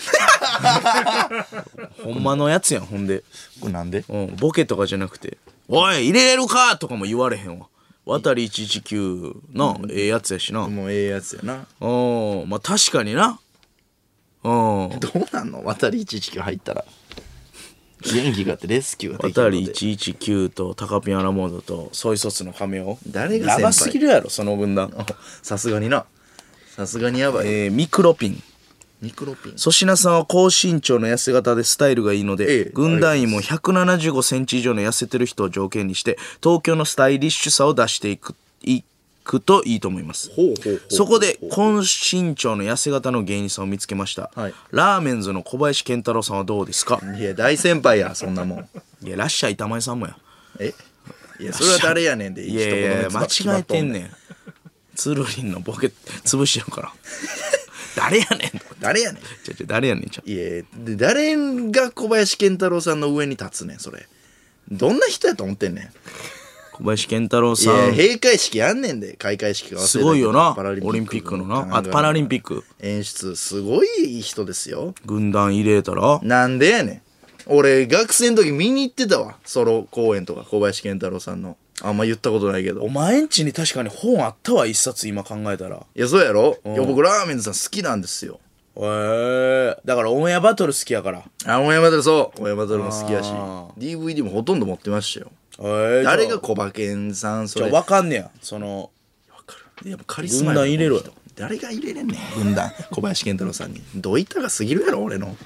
ほんまのやつやんほんで、
これなんで
うん、ボケとかじゃなくて「おい入れれるか!」とかも言われへんわ渡り119な、ええやつやしなうん
もうええやつやな
まあ確かになうん
どうなんの渡り119入ったら元気があってレスキューができる
渡
の
り
で
119と高ピアラモードとソイソースの亀を
誰が先
や
輩
ばすぎるやろその分断、
さすがになさすがにやばい、
えーミクロピン
ミクロピン
粗品さんは高身長の痩せ型でスタイルがいいので、
ええ
軍団員も175センチ以上の痩せてる人を条件にして東京のスタイリッシュさを出していくいくといいと思います
ほうほうほうほう
そこで高身長の痩せ型の芸人さんを見つけました、
はい
ラーメンズの小林健太郎さんはどうですか
いや大先輩やそんなもん
いやらっしゃい板前さんもや
えいやそれは誰やねんで
いやいやいや間違えてんね
ん
んつるりんのボケ潰してるから 誰やねん
誰やねん
ちゃちゃ誰やねんちゃう
いやで誰が小林健太郎さんの上に立つねんそれどんな人やと思ってんねん
小林健太郎
い
さ
や
ん
閉会式やんねんで開会式が
すごいよな
パラリンピック
オリンピックのな
考
あ
え
パラリンピック
演出すごい人ですよ
軍団入れたら
なんでやねん俺学生の時見に行ってたわソロ公演とか小林健太郎さんのあんま言ったことないけど
お前んちに確かに本あったわ一冊今考えたら
いやそうやろいや僕ラーメンズさん好きなんですよ
へえだからオンエアバトル好きやから
あ大山太郎そう大山太郎も好きやし
あ
DVD もほとんど持ってましたよ
へえ
誰が
じ
小馬健さんそ
ゃ
れ
あ分かんねやその
わかる。いやもうカリスマや
軍団入れろよ
この人誰が入れれんねん、軍団。小林健太郎さんに。どいたが過ぎるやろ、俺の。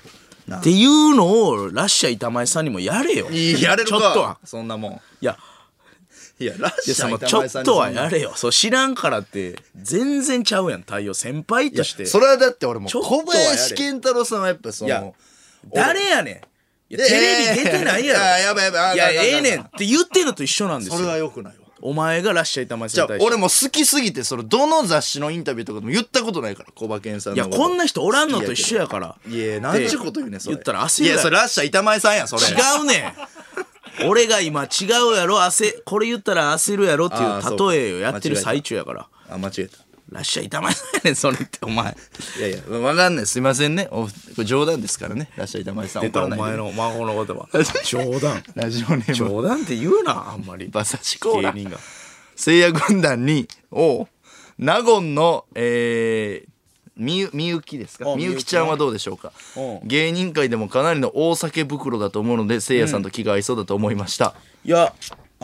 な
っていうのをラッシャー板前さんにもやれよ
いややれる
ち
か
ょっとはい
そんなもん。
いや
いや、ラッ
い
シ
やそ
ャ
の
ー
ちょっとはや
る
れよそう知らんからって全然ちゃうやん対応先輩として
それはだって俺も
ちょっとはや
小
れ
林健太郎さんはやっぱそ
いや
の。
誰やねんいやテレビ出てないやろ、
えーあやばいやばいあ
いや
あかんあかん
ええねんって言ってるのと一緒なんです
それは
よ
よくないわ。
お前がラッシャー板前
じゃ
さん
あ
に対して
俺も好きすぎて、そのどの雑誌のインタビューとかでも言ったことないから、小馬健さん
い
の
や
こと。
こんな人おらんの
好きやけ
と
ど
一緒やから
いや、なんちゅうこと言うねん、それ。
言ったら焦る
い
やろ
や、それラッシャー板前さんやん、それ。
違うねん俺が今違うやろ焦これ言ったら焦るやろってい
あーそう
う例えをやって
間違え
る
た
最中やから
あ、間違えた。
ラッシャー板前さんやねんそれってお前
いやいや、わかんない。すいませんね。おこれ冗談ですからね。ラッシャー板前さん。
出たお
怒らない
前
で
の孫の 言葉冗談
ラジオネーム、
冗談って言うなあんまり
馬刺しコーラ
芸人が
聖夜軍団に、を、納言の、えー、みゆみゆきですか
あ
みゆきちゃんはどうでしょうか
う
芸人界でもかなりの大酒袋だと思うのでせいやさんと気が合いそうだと思いました、
いや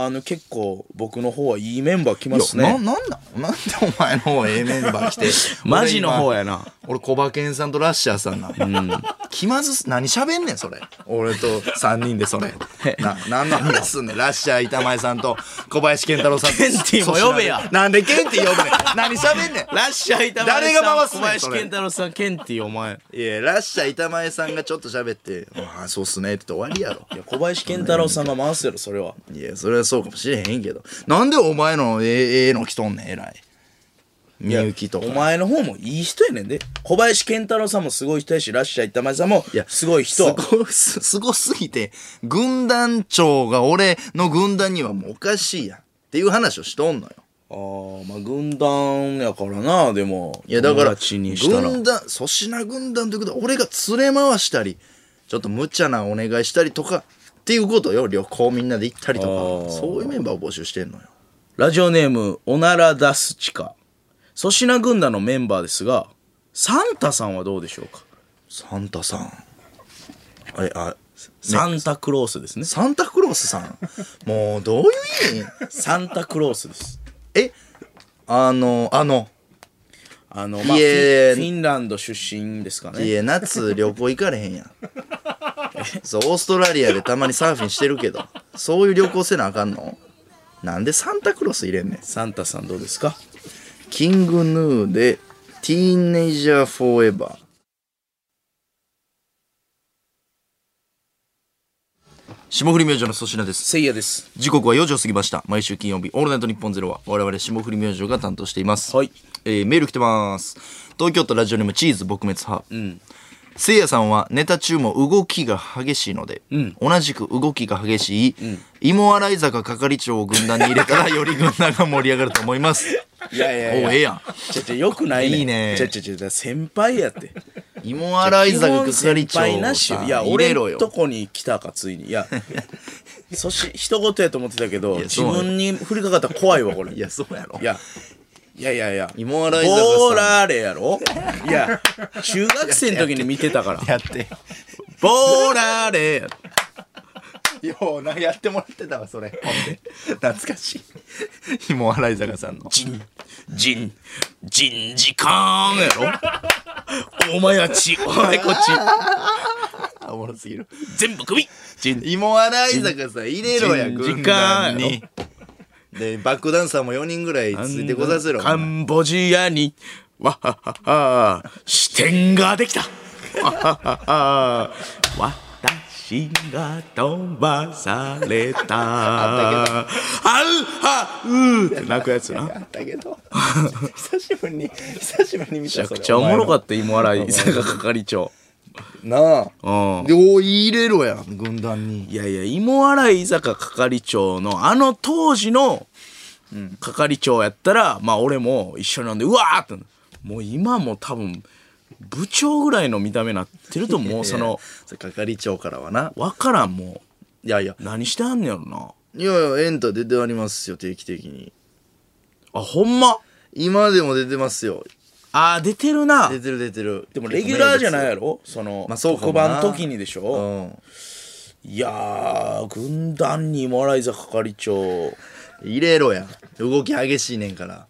あの結構僕の方はいいメンバー来
い
ま
や
すね
ななんだなんでお前の 方 A メンバー来て
マジの方
や
やな
俺小馬健さんとラッシャーさんな、気まずす何喋んねんそれ俺と3人で それな何の話すんねんラッシャー板前さんと小林健太郎さんと
ケンティーも呼べや
粗品でなんでケンティー呼ぶねん何喋んねん
ラッシャー板前さん
誰が回すねん
小林
それ
健太郎さんケンティお前
いやラッシャー板前さんがちょっと喋って「ああそうっすね」って言って終わりやろ
いや小林健太郎さんが回すやろそれはい
やそれはそうかもしれへんけどなんでお前のええええの来とんねんえらいみゆきとか
お前の方もいい人やねんで小林健太郎さんもすごい人やしラッシャー板前さんもすごい人
すごすすごすぎて軍団長が俺の軍団にはもうおかしいやんっていう話をしとんのよ
あーまあ軍団やからなでも
いやだから
友達にしたら
軍団粗品軍団ということは俺が連れ回したりちょっと無茶なお願いしたりとかっていうことよ旅行みんなで行ったりと
ー
かそういうメンバーを募集してんのよ
ラジオネームおなら出すチカ粗品軍団のメンバーですがサンタさんはどうでしょうか
サンタさんあれあ
サンタクロースですね
サンタクロースさんもうどういう意味
サンタクロースです
えあのあの
あのまあ
い
フ
え
ィンフィンランド出身ですかね
いや夏旅行行かれへんやん そうオーストラリアでたまにサーフィンしてるけどそういう旅行せなあかんのなんでサンタクロース入れんねん
サンタさんどうですか
キングヌーでティーンネイジャーフォーエバー霜降り明星の粗品です
せいやです
時刻は4時を過ぎました毎週金曜日「オールナイトニッポンゼロは我々霜降り明星が担当しています
はい、
えーメール来てます東京都ラジオネームチーズ撲滅派うんせいやさんはネタ中も動きが激しいので、同じく動きが激しい、芋洗坂係長を軍団に入れたらより軍団が盛り上がると 思います。
いやい
おうええやん。
ちょちょよくないねん
いいね
ちょちょちょだから先輩やって
芋洗坂係長
先輩な
を
しよ
さ
いや
入れ
俺
ろ
の
よ。
とこに来たかついにい やそし一言やと思ってたけど
や
自
そうや
分に降りかかったら怖いわこれ
いや、そうやろ
い。や、いやいやいや。
芋洗坂さん
ボーラーレやろいや、中学生の時に見てたから。
やって。
ボーラーレ
ような、やってもらってたわ、それ。ほんで。懐かしい。芋洗坂さんの。
ジン、ジン、ジンジカーンやろお前あっち、お前こっち、
あ、おもろすぎる。
全部首ジン、
芋洗坂さん入れろや、
人
軍
人間
団
や
に。で、バックダンサーも4人ぐらいついてこさせろ。
カンボジアに、わははは、視点ができ たわははは、私が飛ばされた。あるはうーって泣くやつな。
だけど、 久しぶりに、久しぶりに見
めちゃくちゃおもろかった芋洗い坂係長
た。な
う
あ。
ん
で、おい、入れろや、軍団に。
いやいや芋洗い坂係長のあの当時の係長やったらまあ俺も一緒に飲んでうわーってもう今も多分部長ぐらいの見た目なってるともうその
いや、係長からはな。
分からんも
いやいや、
う何してはんねやろない
やいや、エンタ出てありますよ、定期的に。
あほんま
今でも出てますよ。
あー出てるな
出てる出てる。
でもレギュラーじゃないやろその
まあそうか
特
もな
番時にでしょ、
うん。
いやー軍団に芋洗い坂係長
入れろや。動き激しいねんから。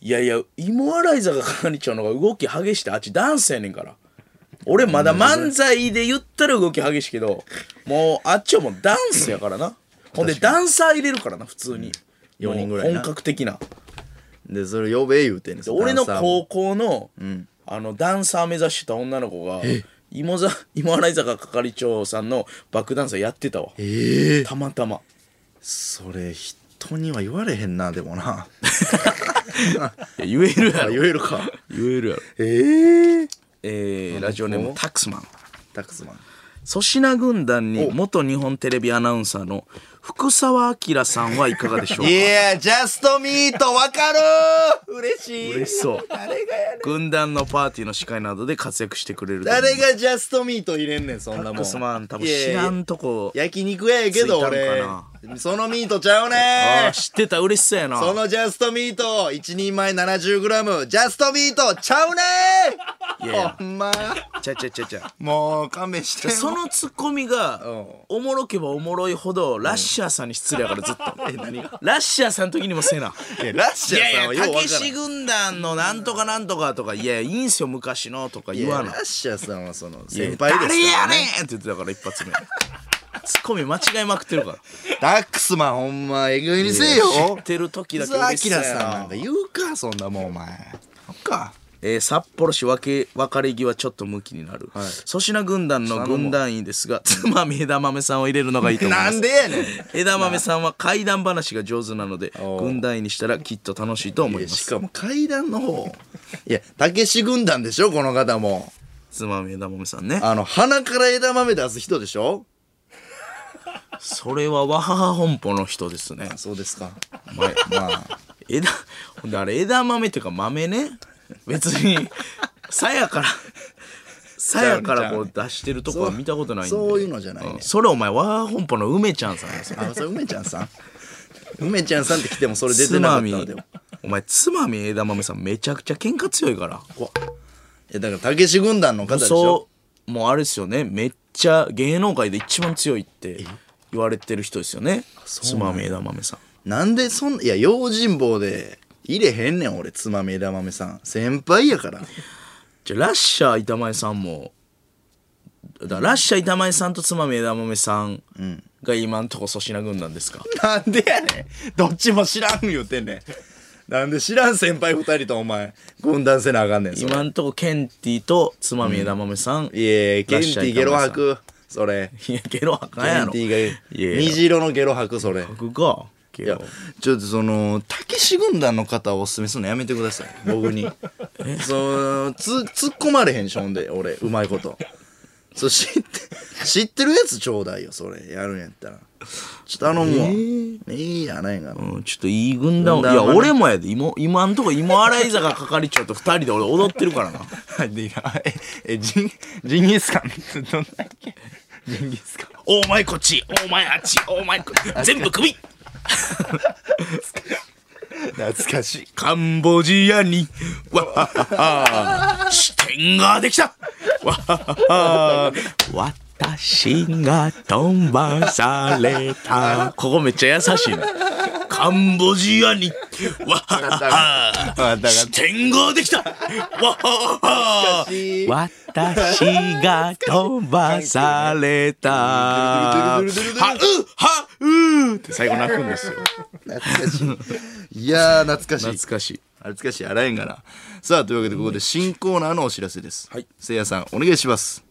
いやいや、芋洗い坂係長の方が動き激しいって、あっちダンスやねんから。俺まだ漫才で言ったら動き激しいけど、もうあっちはもうダンスやからな。ほんでダンサー入れるからな、普通に。
四人ぐらいな
本格的な。
で、それ呼べ言うてんねん。
で俺
ダ
の
ンサーも
高校の、あの、ダンサー目指してた女の子が、芋ざ 芋洗い坂係長さんのバックダンサーやってたわ。
ええ
たまたま。
それ、人には言われへんな、でも な。
言えるや
あ、言。えるか。
言えるやろ。
ええ
えー、ラジオネームタックスマン。
タックスマン。
粗品軍団に元日本テレビアナウンサーの福沢明さんはいかがでしょうか
いや、ジャストミートわかる嬉しい。
嬉しそう軍団のパーティーの司会などで活躍してくれると思う
誰がジャストミート入れんねん、そんなも
タ
ん。
ックスマン多分
いやいや
知らんとこ
焼肉やけど
ついた
俺
んか、
そのミートちゃうね
あー知ってた嬉しそうやな
そのジャストミート、一人前 70g、ジャストミートちゃうね
いやいや
ほんま。
ちゃちゃちゃ ちゃ
もう勘弁して
そのツッコミがおもろけばおもろいほどラッシャーさんに失礼やからずっとラッシャーさんの時にもせな
ラッシ
い
ャ
や
ーさんはいよ
や
う
た
わ
け
からん
し軍団のなんとかなんとかとかいやいいんすよ昔のとか
い
言
や
わ
ラ
ない
ッシャーさんはその
いや
先輩ですから、ね、
誰やねんって言ってたから一発目ツッコミ間違いまくってるから
ダックスマンほんまえぐいにせえよ
知ってる時だけ
水明
嬉し
さ
さ
ん
や
な
なん
か言うかそんなもんお前そっか
えー札幌市分け別れ際ちょっと向きになる粗、品軍団の軍団員ですがつまみ枝豆さんを入れるのがいいと思いま
な
す
んでやねん
枝豆さんは怪談話が上手なので
おう
軍団員にしたらきっと楽しいと思いま
し
す
かも階段の方いやたけし軍団でしょこの方も
つまみ枝豆さんね
あの鼻から枝豆出す人でしょ
それはわはは本舗の人ですね
そうですか
お前
まあ
枝ほんであれ枝豆っていうか豆ね別にさやからさやからこう出してるとこは見たことないんで
そういうのじゃないね
うんそれお前和本舗の梅ちゃんさんやそれ
あそれ梅ちゃんさん梅ちゃんさんって来てもそれ出て
つ
なか
ま
った
み
わでも
お前つまみ枝豆さんめちゃくちゃ喧嘩強いから
いやだからたけし軍団の方でしょ
そうもうあれですよねめっちゃ芸能界で一番強いって言われてる人ですよねつまみ枝豆さん
なんでそんいや用心棒で入れへんねん俺つまみ枝豆さん先輩やから
じゃあラッシャー板前さんもだからラッシャー板前さんとつまみ枝豆さんが今んとこ粗品軍団ですか、
なんでやねんどっちも知らん言うてんねんなんで知らん先輩二人とお前軍団せなあかんねんそれ
今んとこケンティとつまみ枝豆さん、
いえケンティーゲロ吐くそれ
いや、ゲロはあかん
ケ
や
ン
ろ。
ティ
いや
ーが虹色のゲロ吐くそれい
僕か。ゲ
や
ロ。
ちょっとそのたけし軍団の方をおすすめするのやめてくだ さい僕にそのつ突っ込まれへんしょんで俺うまいことそう知って知ってるやつちょうだいよそれやるんやったらちょっと頼むわ、
え
え
ー
いいやないかな、
うん、ちょっといい軍団を。
軍
い
団は
や、
ね
俺もやで。今、今んとこ、今洗い坂係長と二人で俺踊ってるからな。
はい、で、え、え、ジン、ジンギスカン、 どんだっけジンギスカン。
お前こっち、お前あっち、お前こっち、全部首
懐かしい。
カンボジアに、わっはっはは、支店ができたわっはっはは、私が飛ばされた。ここめっちゃ優しいな。カンボジアに、わっはっはは、支店ができたわっはっはは、私が飛ばされた。はうはうって最後泣くんですよ。
懐かしい。いやー、懐かしい。
懐かしい。
懐かしい、洗えんがな。さあ、というわけで、ここで新コーナーのお知らせです。
はい。
せいやさん、お願いします。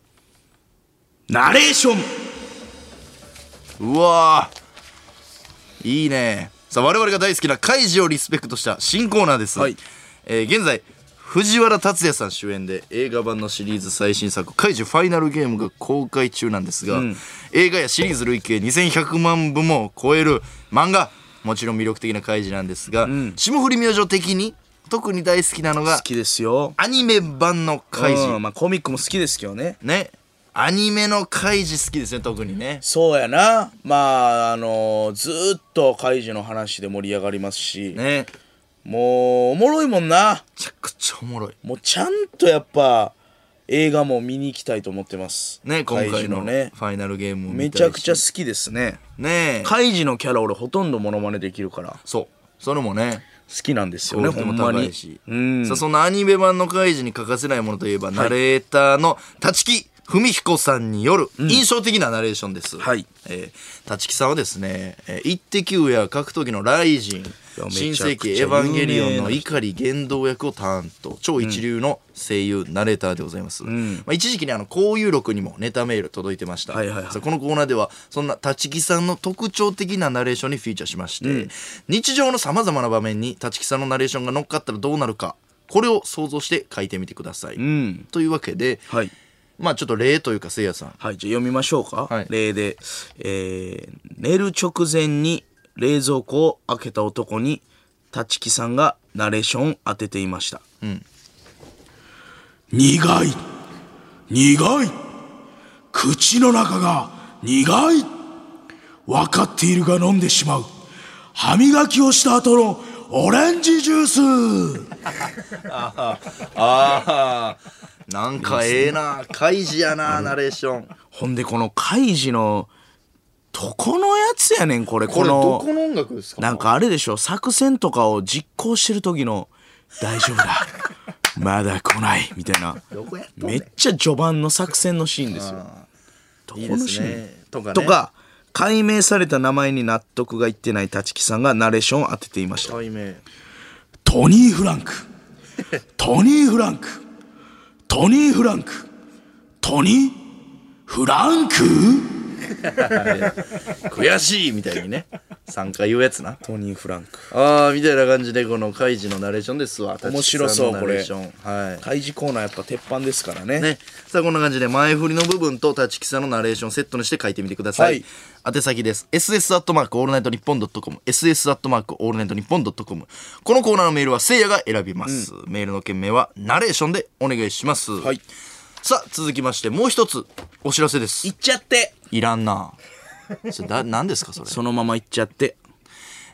ナレーション
うわー、いいね。さあ、我々が大好きなカイジをリスペクトした新コーナーです。
はい
えー現在、藤原竜也さん主演で映画版のシリーズ最新作「カイジファイナルゲーム」が公開中なんですが、映画やシリーズ累計2100万部も超える漫画もちろん魅力的なカイジなんですが、霜降り明星的に特に大好きなの
好
が
きですよ。
アニメ版のカイジ
うんまあコミックも好きですけどね
ねアニメのカイジ好きですね特にね
そうやなまああのずーっとカイジの話で盛り上がりますし、
ねめ
もうおもろいもんな
ちゃくちゃおもろい
もうちゃんとやっぱ映画も見に行きたいと思ってます
ね今
カイ
回
ジ
の
の
フ
ね
ァイナルゲームも
め
見たいし
ちゃくちゃ好きですね
ね
カイジのキャラ俺ほとんどモノマネできるから
そうそれもね
好きなんですよね
クオリテ
ほ
ィも
ん
高
まに
いし、
うん
さあそのアニメ版の開示に欠かせないものといえば、ナレーターの立木文彦さんによる印象的なナレーションです、
はい
えー立木さんはですね「えーイッテ Q!」や格闘技の「ライジン
や」め
新
ちゃ
世
くち
紀
ゃ
エヴァンゲリオン
有名
の
な
怒り言動役を担当超一流の声優、ナレーターでございます、まあ、一時期にあの交友録にもネタメール届いてました、
はいはいはい
さあこのコーナーではそんな立木さんの特徴的なナレーションにフィーチャーしまして、日常のさまざまな場面に立木さんのナレーションが乗っかったらどうなるかこれを想像して書いてみてください、
うん
というわけで、
はい
まあちょっと例というかせいやさん
はい、じゃあ読みましょうか。
はい
例で、えー寝る直前に冷蔵庫を開けた男に、立木さんがナレーションを当てていました。苦い苦い口の中が苦い分かっているが飲んでしまう歯磨きをした後のオレンジジュース
ああなんかええな開示やなナレーション
ほんでこのカイジのどこのやつやねんこれ
これ
の
どこの音楽ですか
なんかあれでしょ作戦とかを実行してる時の「大丈夫 だまだ来ない」みたいな
どこやっとんね
め
ん
っちゃ序盤の作戦のシーンですよ。どこ
いいで
のシ
す
ーン
ねとかね
とか解明された名前に納得がいってない立木さんがナレーションを当てていました。
対面
トニー・フラ ンクトニー・フランクトニー・フランクトニー・フランク
悔しいみたいに ね3回言うやつな
トニー・フランク。
ああみたいな感じでこのカイジのナレーションですわ
面白そうこれ
立木さんのナレーションはい
開示コーナーやっぱ鉄板ですからね。
ね、さあこんな感じで前振りの部分と立木さんのナレーションセットにして書いてみてください、宛先です SS アットマークオールナイトニッポンドットコム SS アットマークオールナイトニッポンドットコムこのコーナーのメールはせいやが選びます、メールの件名はナレーションでお願いします、
はい
さあ続きましてもう一つお知らせです
行っちゃって
いらんなそれだ何ですかそれ
そのまま行っちゃって。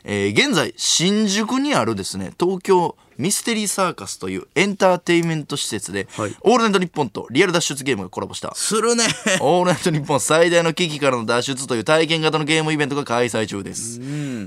えー現在新宿にあるですね東京ミステリーサーカスというエンターテインメント施設で、
はい
オールナイトニッポンとリアル脱出ゲームがコラボ した
するね。
オールナイトニッポン最大の危機からの脱出という体験型のゲームイベントが開催中です。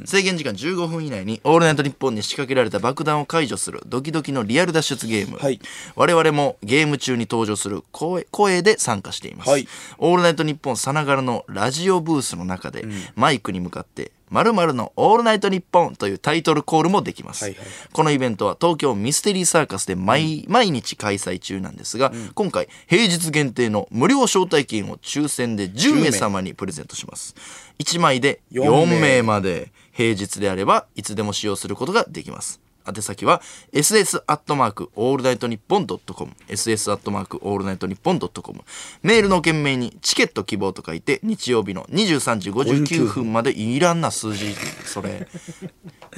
制限時間15分以内にオールナイトニッポンに仕掛けられた爆弾を解除するドキドキのリアル脱出ゲーム。
はい
我々もゲーム中に登場する声声で参加しています。
はい
オールナイトニッポンさながらのラジオブースの中で、マイクに向かって〇〇のオールナイトニッポンというタイトルコールもできます。
はいはい
このイベントは東京ミステリーサーカスで毎,、毎日開催中なんですが、今回平日限定の無料招待券を抽選で10名様にプレゼントします。1枚で4
名
名まで平日であればいつでも使用することができます。宛先は ss アットマークオールナイトニッポンドットコム ss アットマークオールナイトニッポンドットコムメールの件名にチケット希望と書いて日曜日の23時59分までいらんな数字そ れ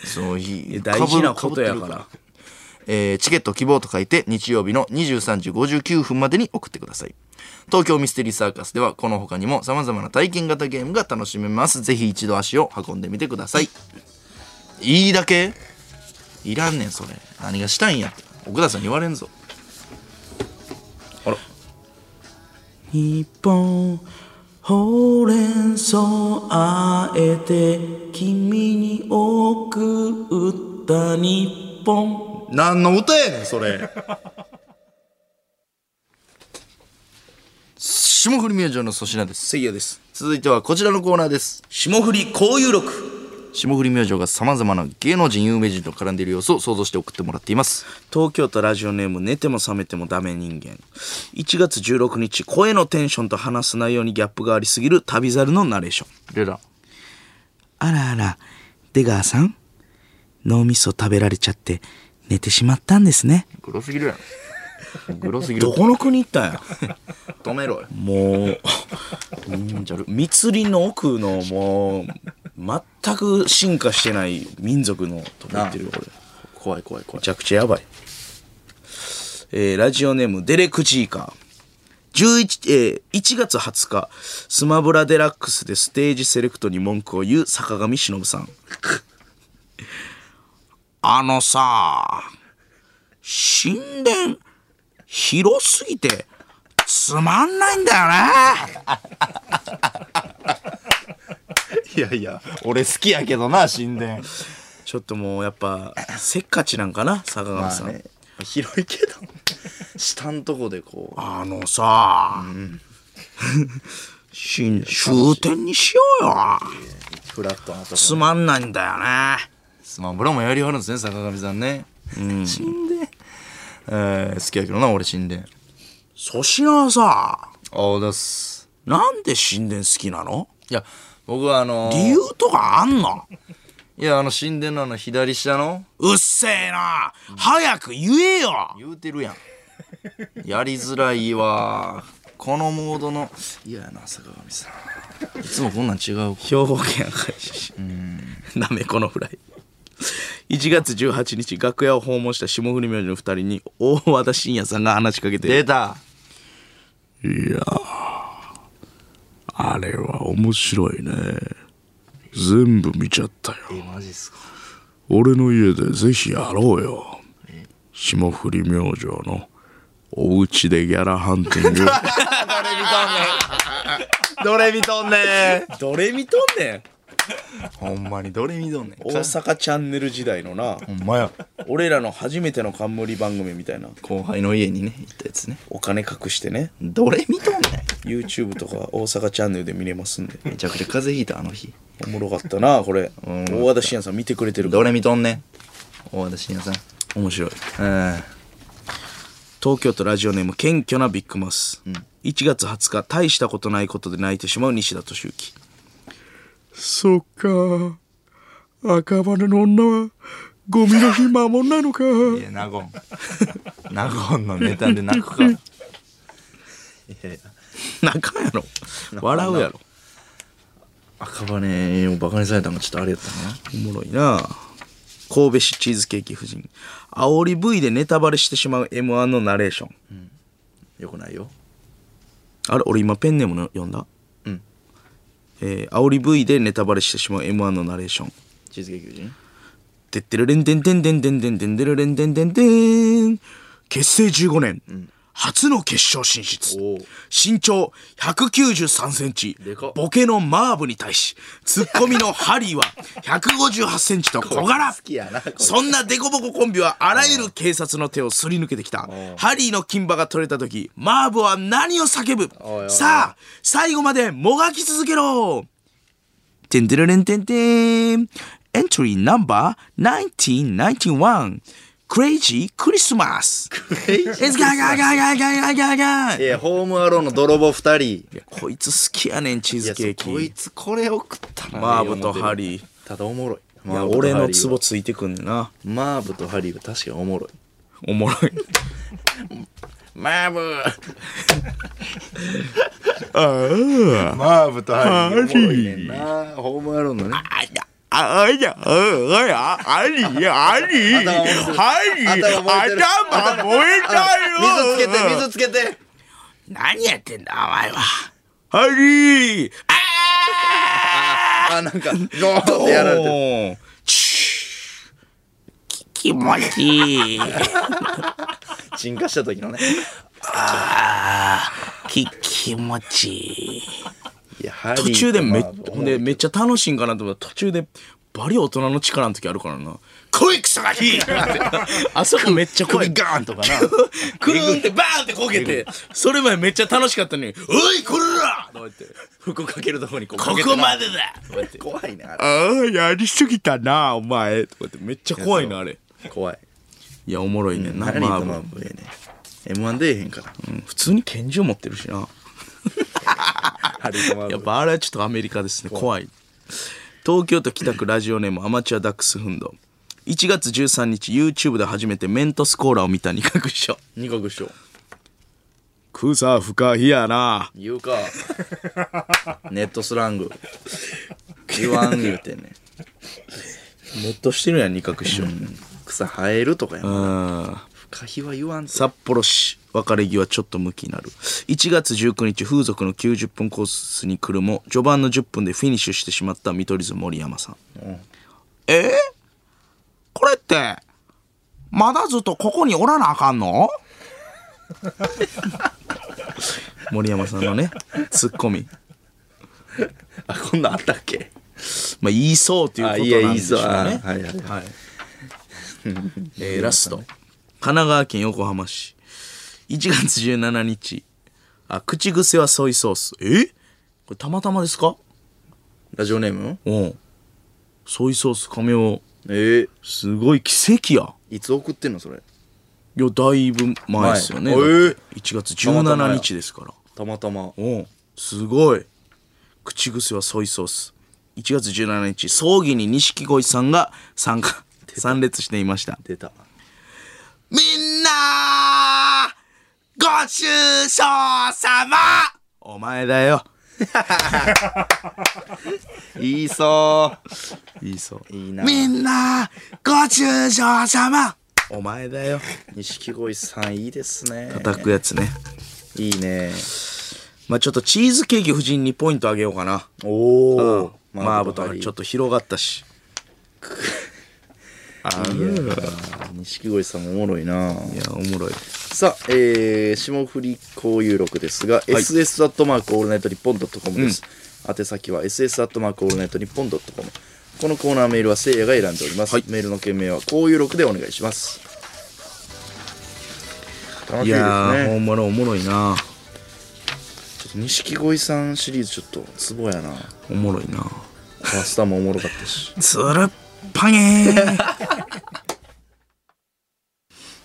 そういい
大事なことやから
えーチケット希望と書いて日曜日の23時59分までに送ってください東京ミステリーサーカスではこの他にも様々な体験型ゲームが楽しめますぜひ一度足を運んでみてくださいいいだけいらんねんそれ何がしたいんや奥田さんに言われんぞあら
日本ほうれん草あえて君に送った日本
何の歌やねんそれ霜降り明星の粗品です
せいやです
続いてはこちらのコーナーです
霜降り交友録
霜降り明星がさまざまな芸能人有名人と絡んでいる様子を想像して送ってもらっています
東京都ラジオネーム寝ても覚めてもダメ人間1月16日声のテンションと話す内容にギャップがありすぎる旅猿のナレーション
レラ
あらあら、出川さん脳みそ食べられちゃって寝てしまったんですね。
グロすぎるやんグロすぎる
どこの国行ったんや
止めろよ
もう、うん密林の奥のもう、全く進化してない民族のとこ行ってるよ、これ。
怖い怖い怖
め
い
ちゃくちゃやばい。えーラジオネーム、デレク・ジーカー。11えー、1月20日、スマブラデラックスでステージセレクトに文句を言う坂上忍さん。 あのさ、神殿、広すぎて、つまんないんだよね。
いやいや俺好きやけどな神殿
ちょっともうやっぱ、せっかちなんかな、坂上さん。
広いけど下んとこでこう
あのさ、し 終点にしようよ。
フラットなとこ
つまんないんだよね。
スマブラもやりはるんですね坂上さんね、神殿、えー、好きやけどな俺神殿
粗品はさ、
ああだっす
なんで神殿好きなの
いや僕はあのー
理由とかあんの
いやあの神殿のあの左下の
うっせえな早く言えよ
言うてるやんやりづらいわこのモードの嫌やな坂上さんいつもこんなん違う
兵庫県明石市。なめこのフライ。1月18日、楽屋を訪問した霜降り明星の2人に大和田信也さんが話しかけて
出た
あれは面白いね。全部見ちゃったよ。
えマジっすか
俺の家でぜひやろうよ霜降り明星のお家でギャラハンティング
ドレミ とんね
どれ見とんねん
ほんまにドレミとんねん
大阪チャンネル時代のな
ほんまや
俺らの初めての冠番組みたいな
後輩の家にね行ったやつね
お金隠してね
ドレミとんねん
YouTube とか大阪チャンネルで見れますんで
めちゃくちゃ風邪ひいたあの日
おもろかったなこれ
ん
大和田信也さん見てくれてるか
ド
ら
レミとんねん大和田信也さん
面白い
うん
東京都ラジオネーム謙虚なビッグマウス、1月20日大したことないことで泣いてしまう西田敏行
そっか赤羽の女はゴミの日魔物なの か
いや、ナゴン。ナゴンのネタで泣くから。いやいや、
泣かんやろ笑うやろ
赤羽をバカにされたのがちょっとあれやったな。
おもろいな神戸市チーズケーキ夫人煽り V でネタバレしてしまう m 1のナレーション
よくないよ。
あれ俺今ペンネームの読んだ
うん
えー、煽り V でネタバレしてしまう m 1のナレーション
チーズケーキ夫人
「てってるれんてんてんてんてんてんてんてるれんてんてんてん」結成15年、初の決勝進出
おう
身長193センチ
でかっ
ボケのマーブに対しツッコミのハリーは158センチと小柄
好きやなこいつ
そんなデコボココンビはあらゆる警察の手をすり抜けてきたハリーの金馬が取れた時マーブは何を叫ぶ
おいおい
さあ最後までもがき続けろ
てんてれれんてんてん。エントリーナンバー1991。クレイジークリスマス。It's ガガガガガガガガ
いやホームアローンの泥棒二人
いやこいつ好きやねんチー
い
ズ
や
ケー
そうこい
キ
つこれ送ったな
マーブとハリー
ただおもろい
いや
マーブとハリ
俺
ーは
のツボついてくんねんな
マーブとハリーは確かにおもろい
おもろい。
マーブ
あ
マーブとハ
リー
おもろいねんなホームアローンのね
あや。あや、あや、あり、あり、あり、
頭燃えてる
頭
頭燃え
燃えた
てる水つけ
よ
て水つけて
何やってんだ、お前は。ハリーあ
あなんかゴーンってやられてる
ー気持ちいい。
進化した時のね
き、気持ちいい。
いやハリー
途中でめっ
とマーブ
ほんでめっちゃ楽しいんかなと思ったら途中でバリ大人の力の時あるからな「こいクソがひい!」って あそこめっちゃ怖い
首ガーンとかな
くるんってバーンってこけてそれまでめっちゃ楽しかったのに「おいこら!」とか言って
服かけるとこにこう
ここまでだ!」とか言って
怖いねあれ
ああ、やりすぎたな、お前。
こうやってめっちゃ怖いなあれ
怖い
いやおもろいねんな
ハリ
ま
ー
あ
とマーブええね M1 出えへんから
うん普通に拳銃持ってるしな
ハリーとマーブ
やっぱあれはちょっとアメリカですね怖い東京都北区ラジオネームアマチュアダックスフンド1月13日 YouTube で初めてメントスコーラを見た二角書
二角師匠
草深いやな。
言うかネットスラング言わん言うてんねん
ネットしてるやん二角書
草生えるとかやん
うん
深火は言わんさ
札幌市別れ際ちょっと向きになる1月19日風俗の90分コースに来るも序盤の10分でフィニッシュしてしまった見取り図森山さん、えーこれってまだずっとここにおらなあか んの森山さんのねツッコミ
あこんなんあったっけ
まあ言いそうという
あ
こ
い
と
や
なん
いい
でしょ
ぞ
うね
あはいはい
はい。えーラスト。神奈川県横浜市。1月17日。あ、口癖はソイソース。えこれたまたまですか
ラジオネーム
うん。ソイソース亀を
ええ
すごい奇跡や。
いつ送ってんのそれ
いや、だいぶ前ですよね。
前えー
?1 月
たまたま
17
や
日ですから。
たまたま
おうすごい口癖はソイソース1月17日葬儀に錦鯉さんが参加参列していました
出た
みんなご愁傷様お前だよ
いいそ
いいそう
ういいな
みんなご愁傷様お前だよ
錦鯉さんいいですね
叩くやつね
いいね
まあちょっとチーズケーキ夫人にポイントあげようかな
お
お
お
マーブとかちょっと広がったし
錦鯉さんおもろいない
やおもろい
さあ、えー、霜降り交友録ですが、ss アットマークオールナイトニッポンドットコムです、宛先は ss アットマークオールナイトニッポンドットコムこのコーナーメールはせいやが選んでおります、メールの件名は交友録でお願いします楽し
い
いです
やーほ
ね
んまにおもろいな
ちょっと錦鯉さんシリーズちょっとツボやな
おもろいな
パスタもおもろかったし
つるっぱげ ー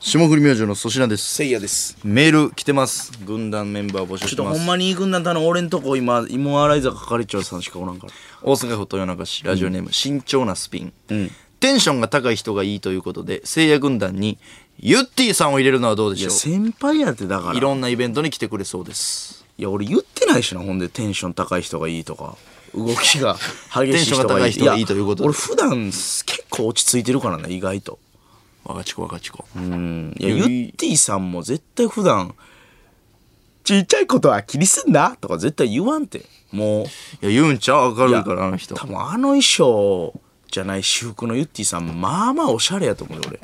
霜降り明星の粗品です
せいやです
メール来てます軍団メンバー募集
ち
し
ょってと
ま
ほ
す
んまに軍団頼の俺んとこ今芋洗坂係長さんしかおらんから
大阪府豊中市ラジオネーム、慎重なスピン、
ん
テンションが高い人がいいということで聖夜軍団にゆってぃさんを入れるのはどうで
い
しょ
や
う
先輩やってだから
いろんなイベントに来てくれそうです
いや俺言ってないしなほんでテンション高い人がいいとか動きが激し
テン
い人がいい
ションが高い人がいいということで
や俺普段結構落ち着いてるからね意外と
わがちこわがちこ
うんいやゆってぃさんも絶対普段ちっちゃいことは気にすんなとか絶対言わんてもう
いや言うんちゃう明
い
る
や
いからあの人
多分あの衣装じゃない私服のゆってぃさんまあまあおしゃれやと思うよ 俺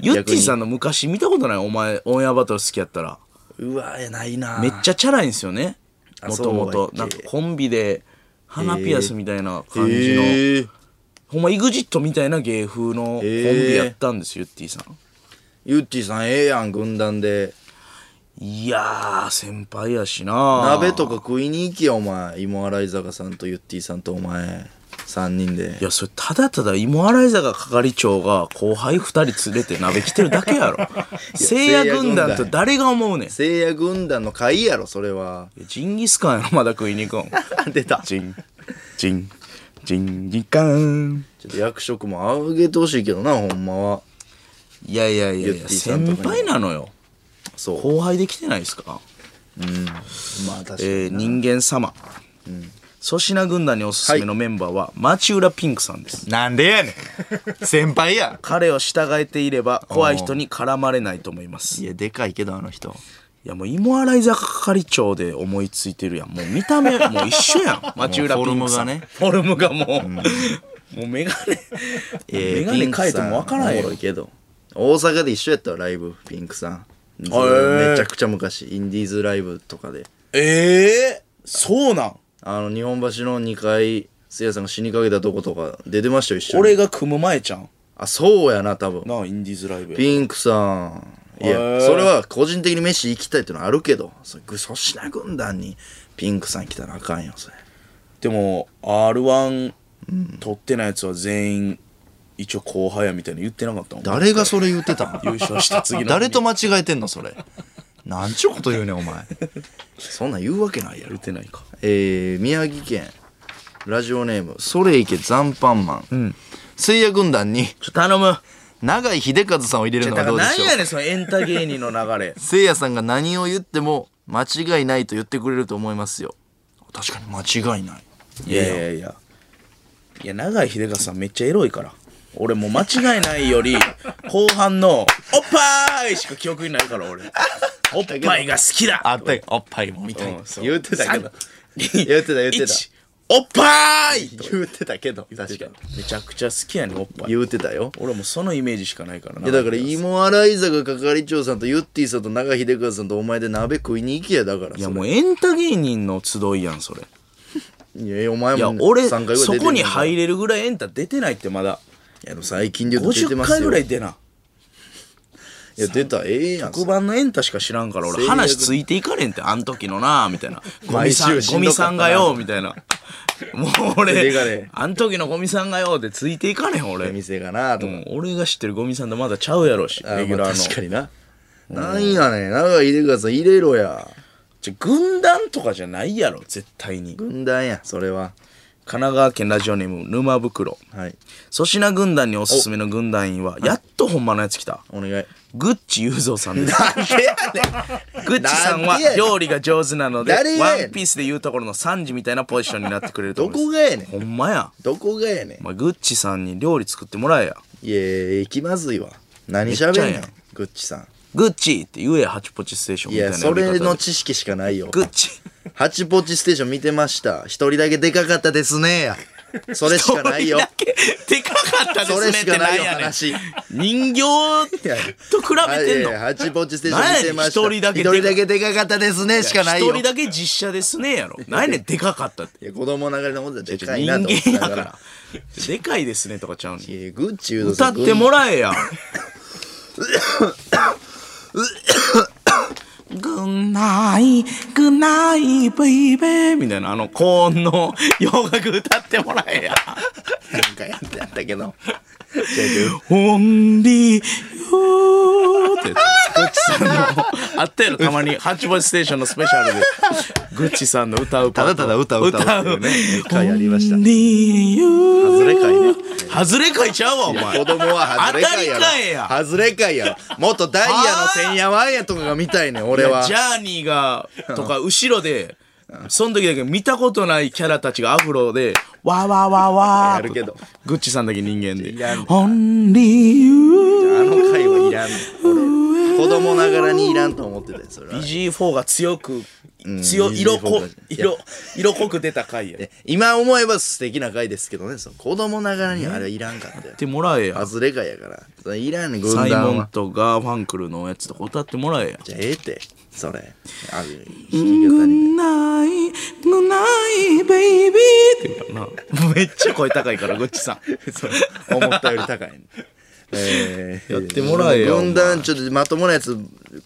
ゆってぃさんの昔見たことないお前オンエアバトル好きやったら
うわえないな
めっちゃチャラいんですよね
あ
もとも
そうや
と
っけ
なんかコンビで花ピアスみたいな感じの、
へえ
ほんま EXIT みたいな芸風のコンビやったんですよ、ゆってぃさん
ゆってぃさんええやん軍団で
いやー先輩やしな
鍋とか食いに行きやお前芋洗坂さんとゆってぃさんとお前3人で
いやそれただただ芋洗坂係長が後輩2人連れて鍋来てるだけ やろ聖夜軍団と誰が思うねん
聖夜軍団の会やろそれは
ジンギスカンやろまだ食いに行くん
出た
ジンジンジンギカン
ちょっと役職もあげてほしいけどなほんまはい
やいやいや
ゆっ
い
て
や
ぃさんと
先
かに
輩なのよ
そう
後輩できてないですか
まあ確かに、
えー人間様、粗品軍団におすすめのメンバーは、町浦ピンクさんです
なんでやね ん。先輩や。
彼を従えていれば怖い人に絡まれないと思います
いやでかいけどあの人
いやもう芋洗坂係長で思いついてるやんもう見た 目もう一緒やん町浦ピンクさん
もう
フォルムがねフォルムがもう、もうメガネ、 メガネ変えても分からん
い
よ
けど大阪で一緒やったわライブピンクさんめ
ー
ちゃくちゃ昔インディーズライブとかで
ええそうなん
あの日本橋の2階せいやさんが死にかけたとことか出てましたよ一緒に
俺が組む前ちゃん
あそうやな多分
なあインディーズライブや
ピンクさんい
へ
や
ー
それは個人的に飯行きたいってのはあるけどそれぐ粗品軍団にピンクさん来たらあかんよそれ
でも r 1取ってないやつは全員一応後輩やみたいに言ってなかったもん
誰がそれ言ってたの
優勝した次の日に
誰と間違えてんのそれなんちゅうこと言うねんお前そんなん言うわけないやろ
言ってないか
えー、宮城県ラジオネームそれいけ残飯マン、うん、水谷軍団に
ちょ頼む
永井秀和さんを入れるの
だ
は
か
ど
ら
うで
な
しょ
ん
う
やねんそのエンタ芸人の流れ
せいやさんが何を言っても間違いないと言ってくれると思いますよ確かに間違いない
いやいやいやいや永井秀和さんめっちゃエロいから俺もう間違いないよ り後半の「おっぱい!」しか記憶にないから俺おっぱいが好きだ
あったよ。おっぱいもみたいな。
言ってたけど
言
言ってた言ってた
おっぱい
言ってたけど確かに
めちゃくちゃ好きやねんおっぱい
言ってたよ
俺もうそのイメージしかないからない
やだから芋洗い坂係長さんとゆってぃさんと永井秀和さんとお前で鍋食いに行きやだから
いや
それ
もうエンタ芸人の集いやんそれい
いやお前
や
も
俺
三回ぐらい出
そ
てる
こに
い
入れるぐらいエンタ出てないってまだ
やでも最近で言うと出て
50
ますよ
回ぐらい出ない
や出たらええやん
黒板のエンタしか知らんから俺話ついていかれんってあん時のなみたいなゴミさん
毎週し
ゴ
んどか
ミ
ったな
さんがよみたいなもう
出
俺
ていかれん
あん時のゴミさんがよってついていかねん俺も
店かなとか、
う俺が知ってるゴミさんとまだちゃうやろし
あ
レギュ
ま
ラ
あ確
ー
か
の
にな、なんやねん永井秀和さん入れろや
じゃ軍団とかじゃないやろ絶対に神
軍団やそれは
奈川県ラジオネーム沼袋
はい
粗品軍団におすすめの軍団員はやっとほんまのやつ来た
お願い
グッチ雄三さ んですグッチさん
な
は
んでやねん
料理が上手なので
誰がや
ワ
ねん
ンピースで言うところのサンジみたいなポジションになってくれると
ど
思います
こがやねん
ほんまや
どこがやねん
お前グッチさんに料理作ってもらえや
いや行きまずいわ何喋
めっ
ん
ちゃ
ね
や
ん
ん
グッチさ
グッチって言えやハチポチステーショ
ん
ン
い
みたい
や
な
それ
呼び方
の
で
知識しかないよ
グッチ
ハチポチステーション見てました一人だけでかかったですねやそれしかないよ
一人だけでかかったですねっ
それしてか
な
ないいよ
やねん
話
人形
いや
と比べてんの
いやハチポチステーション見てました
なんやねん一人だけで
一人だけでかかったですねしかない
一
よ
人だけ実写ですねやろ何やねんでかかったって
いや子供ながらのことはで
人
かいなと思って
間
た
や
か
かららでかいですねとかちゃうねん
いやグッチ言うと
歌
さ
ってもらえやグンナイグンナイベイベーみたいなあの高音の洋楽歌ってもらえや
軍なんかやってやったけ ど違う違う
オンリーユーってグッチさんのあったやろたまにハッチボイスステーションのスペシャルでグッチさんの歌うパ
た
ー
だ
ト
ただ歌を歌うっていうね
歌う
回ありました
オンリーユー
外れ会ね
外れかいちゃうわお前
子供は外れ会や
当たりかいや
ろ外れ会やろ元ダイヤのてんやわんやとかが見たいねん俺
い
は
やジャーニーがとか後ろでその時だけ見たことないキャラたちがアフロでわわわわ
やるけど
グッチさんだけ人間で
いらんねん
オンリーユ
あの回はいらんねん俺子供ながらにいらんと思ってたよそれは
BG4 が強く強
BG4
色濃
が
色色濃く出た回やっ
え今思えば素敵な回ですけどねその子供ながらにあれはいらんかったよ
てもらえや
外れ会やからそれいらんねん軍
サイモ
団
ン
は
とガーファンクルのやつとか歌ってもらえや
じゃあええってそれあの弾き語り
ないのないベイビーってな めっちゃ声高いからグッチさん
で思ったより高 いねえー
やってもらえよお前
軍団ちょっとまともなやつ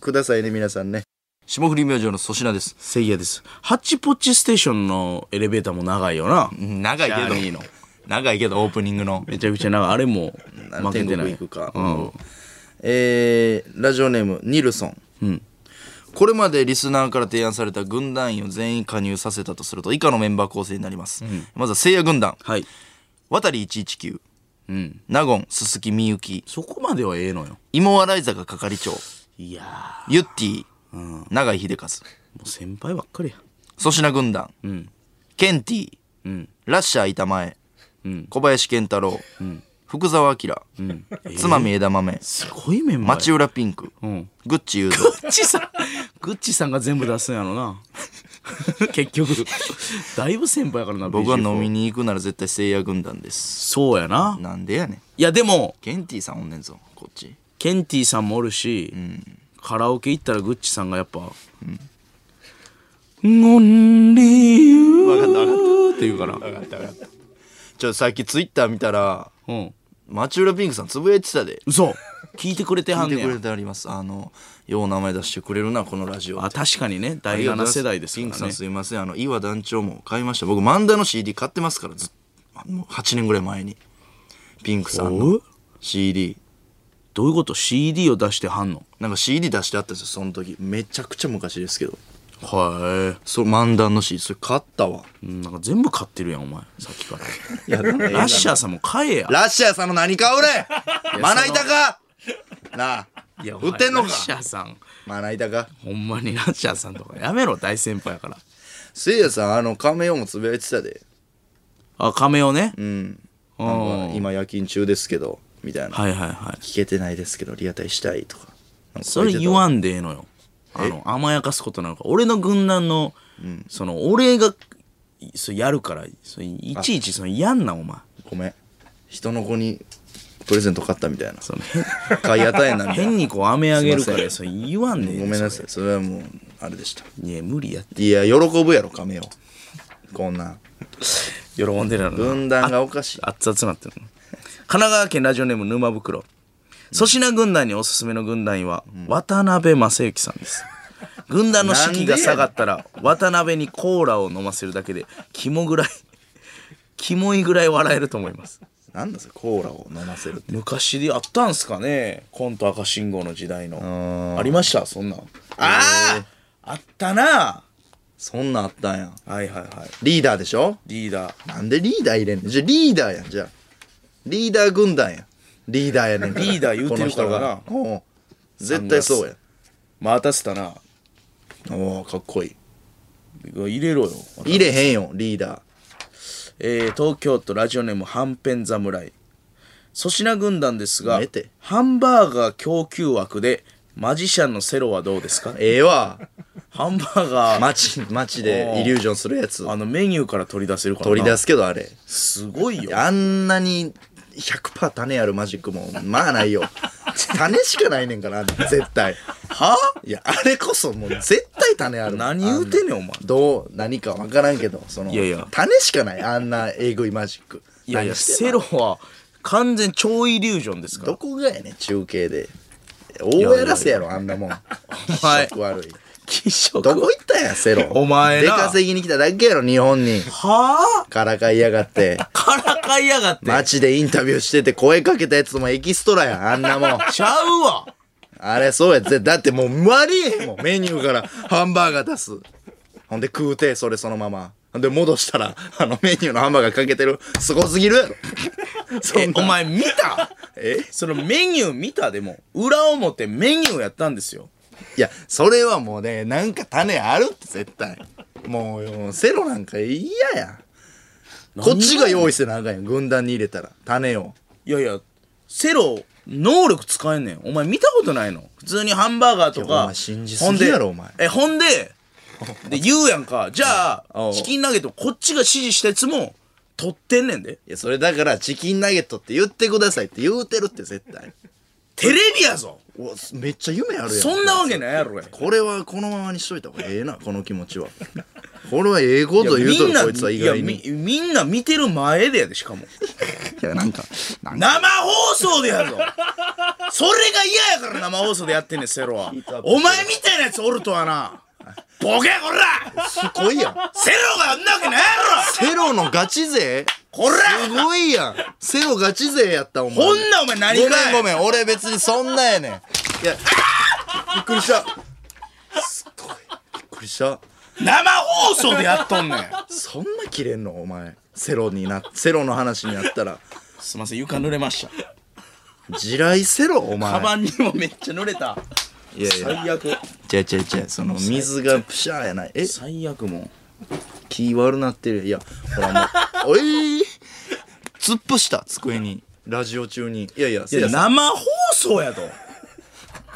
くださいね皆さんね
霜降り明星の粗品です。
せいやです。ハッチポッチステーションのエレベーターも長いよな。
長いけど。
ジャーニーの
長いけど、オープニングの。
めちゃくちゃ長い。あれも負け
天
てな
国
い。
行くか、
うん。
えーラジオネームニルソン、
ん
これまでリスナーから提案された軍団員を全員加入させたとすると以下のメンバー構成になります、まずは聖夜軍団
はい。
渡り119
うん。
納言鈴木みゆき
そこまではええのよ。
芋洗坂係長
いやー、
ゆってぃ、永井秀和
もう先輩ばっかりや。
粗品軍団、
ん
ケンティ
うん。
ラッシャー板前、
うん
小林健太郎、福澤明、
うん。え
つまみ枝豆
すごいメンバーや。
町浦ピンク、
うん。
グッチ雄三
グッチさん、グッチさんが全部出すんや ろな。結局。だいぶ先輩やからな、
僕は飲み
に。
に行くなら絶対聖夜軍団です
そうやな。
なんでやねん
いや、でも、
ケンティさんおんねんぞこっち
ケンティさんもおるし、カラオケ行ったらグッチさんがやっぱ「オンリー
分かった分かっ
って言うからう
た分かったちょっとさっきツイッター見たら
ん
町浦ピンクさんつぶやいてたで
嘘聞いてくれては
聞
ん
い
ね
てくれ
や
てありますあのよう名前出してくれるなこのラジオ
あ確かにね
あ
第
りがとうござい
7世
ます
代です
ピン
か
クさ
ら
ん
ね
すいませんあの岩団長も買いました僕漫画の CD 買ってますからずっもう8年ぐらい前にピンクさん
お
の
う
CD
どういうこと CD を出してはんの
なんか CD 出してあったんですよその時めちゃくちゃ昔ですけど
は
そ漫談の CD それ買ったわ
いなんか全部買ってるやんお前さっ きから
やだね
ラッシャーさんも買えや
ラッシャーさんの何か俺まな板かなあ
いやお前
売ってんのか
ラッシャーさん
まな板か
ほんまにラッシャーさんとかやめろ大先輩やから
せいやさんあの亀用もつぶやいてたで
あ亀をね
うん
う
なん
ん
か今夜勤中ですけどみたいな、
はいはいはい
聞けてないですけどリアタイしたいとかなんか書
そ
い
れ
てた
言わんでええのよあの甘やかすことなのか俺の軍団の、その俺がいそれやるからそれいちいちそのやんなお前
ごめん人の子にプレゼント買ったみたいな
その
買い与えんなみたいな
変にこう飴あげるか
すいま
らそれ言わんでええ
ご
ね
めんなさいそれはもうあれでした
いや無理や
いや喜ぶやろ亀用こんなん
喜んでるの
分断がおかしい
熱々なってるの神奈川県ラジオネーム沼袋粗品軍団におすすめの軍団員は渡辺正行さんです軍団の士気が下がったら渡辺にコーラを飲ませるだけでキモぐらいキモいぐらい笑えると思います
なんだそれコーラを飲ませるって
昔であったんすかねコント赤信号の時代のありましたそんなんあーあったな
そんなんあったんや
はいはいはい
リーダーでしょ
リーダー
なんでリーダー入れんねんじゃあリーダーやんじゃあリーダー軍団やんリーダーやねんから
リーダー言うてるからな
この人がうん絶対そうや
待たせたな
おおかっこいい
入れろよ
入れへんよリーダー
えー東京都ラジオネームはんぺん侍粗品軍団ですが
見て
ハンバーガー供給枠でマジシャンのセロはどうですか
ええわ
ハンバーガー、
街街でイリュージョンするやつ
あのメニューから取り出せるからな
取り出すけどあれ
すごいよ
あんなに100%種あるマジックもまあないよ種しかないねんから絶対はいやあれこそもう絶対種ある
何言うてんねんお前
どう何か分からんけどその
いやいや
種しかないあんなえぐいマジック
いやいや
何してん
セ
の
ロは完全超イリュージョンですから
どこがやねん中継で大やらせやろあんなもん
お前
気色悪い
気色
どこ行ったんやセロ
お前
出
な
稼ぎに来ただけやろ日本に
はあ
からかいやが って
からかいやがって
街でインタビューしてて声かけたやつもエキストラやんあんなもん
ちゃうわ
あれそうやぜだってもう割りえへんもんメニューからハンバーガー出すほんで食うてそれそのままほんで戻したらあのメニューのハンバーガーかけてるすごすぎるやろ そ
え
ん
お
な
前見た
え
そのメニュー見たでも裏表メニューやったんですよ
いやそれはもうねなんか種あるって絶対もうよセロなんか嫌やこっちが用意してなあかんよ軍団に入れたら種を
いやいや、セロ、能力使えんねん。お前見たことないの普通にハンバーガーと
いや
か。
お前信じすぎやろ
ほんで
お前
え、ほ んで、で、言うやんか。じゃ
お
あ
う、
チキンナゲット、こっちが指示したやつも、取ってんねんで。
いやそれだからチキンナゲットって言ってくださいって言うてるって絶対
テレビやぞ
うわめっちゃ夢あるやん
そんなわけないやろ、俺。
これはこのままにしといた方がええなこの気持ちはこれはええこと言う
み
と
ん
る
な、
こいつは意
いや
外に
み、みんな見てる前でやで、しかも。
いやなんかなんか
生放送でや るぞそれが嫌やから生放送でやってんねんセロはお前みたいなやつおるとはなボケこら
すごいやん。
セロがやんなわけないやろ
セロのガチ勢
こ
す
ら
ごいやん。セロガチ勢やった、お前。
こんなお前何
ご
か
めんご
ん
めん、俺別にそんなやねん。いや、びっくりした。すっごい。びっくりした。
生放送でやっとんねん
そんな切れんのお前。セロにな、セロの話になったら。
すいません床濡れました
地雷セロお前。
カバンにもめっちゃ濡れた
いやいや、
最悪
違う違う違う。その水がプシャーやない。え
最悪もう
気悪なってる。いや、ほらも う。おいー突っ伏した、机に。ラジオ中に。いやいや、せやさん
生放送やと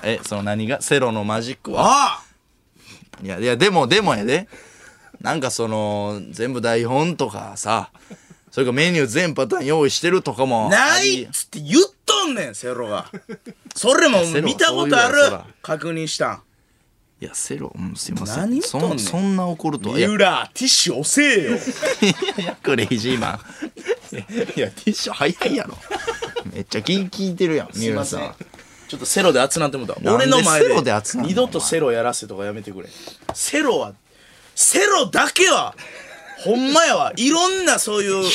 え、その何がセロのマジックは
あ
いや、いや、でも、でもやで。なんかその、全部台本とかさ、それからメニュー全パターン用意してるとかもあ
あ
り。
ないっつって言っとんねんセロがそれも
セロは
見たことある
そういうやつだ
確認したん
いや、セロ、うん、すいません。
何言っとんねん
そそんな怒るとは。い
三
や、
浦ティッシュ押 せえよ
いやクレイジーマン。いや、ティッシュ早いやろ。めっちゃ聞いてるやん、三浦さん。
ちょっとセロで熱なってもうた
んで
俺の前で
セロで熱なんの
二度とセロやらせとかやめてくれセロはセロだけはほんまやわいろんなそういう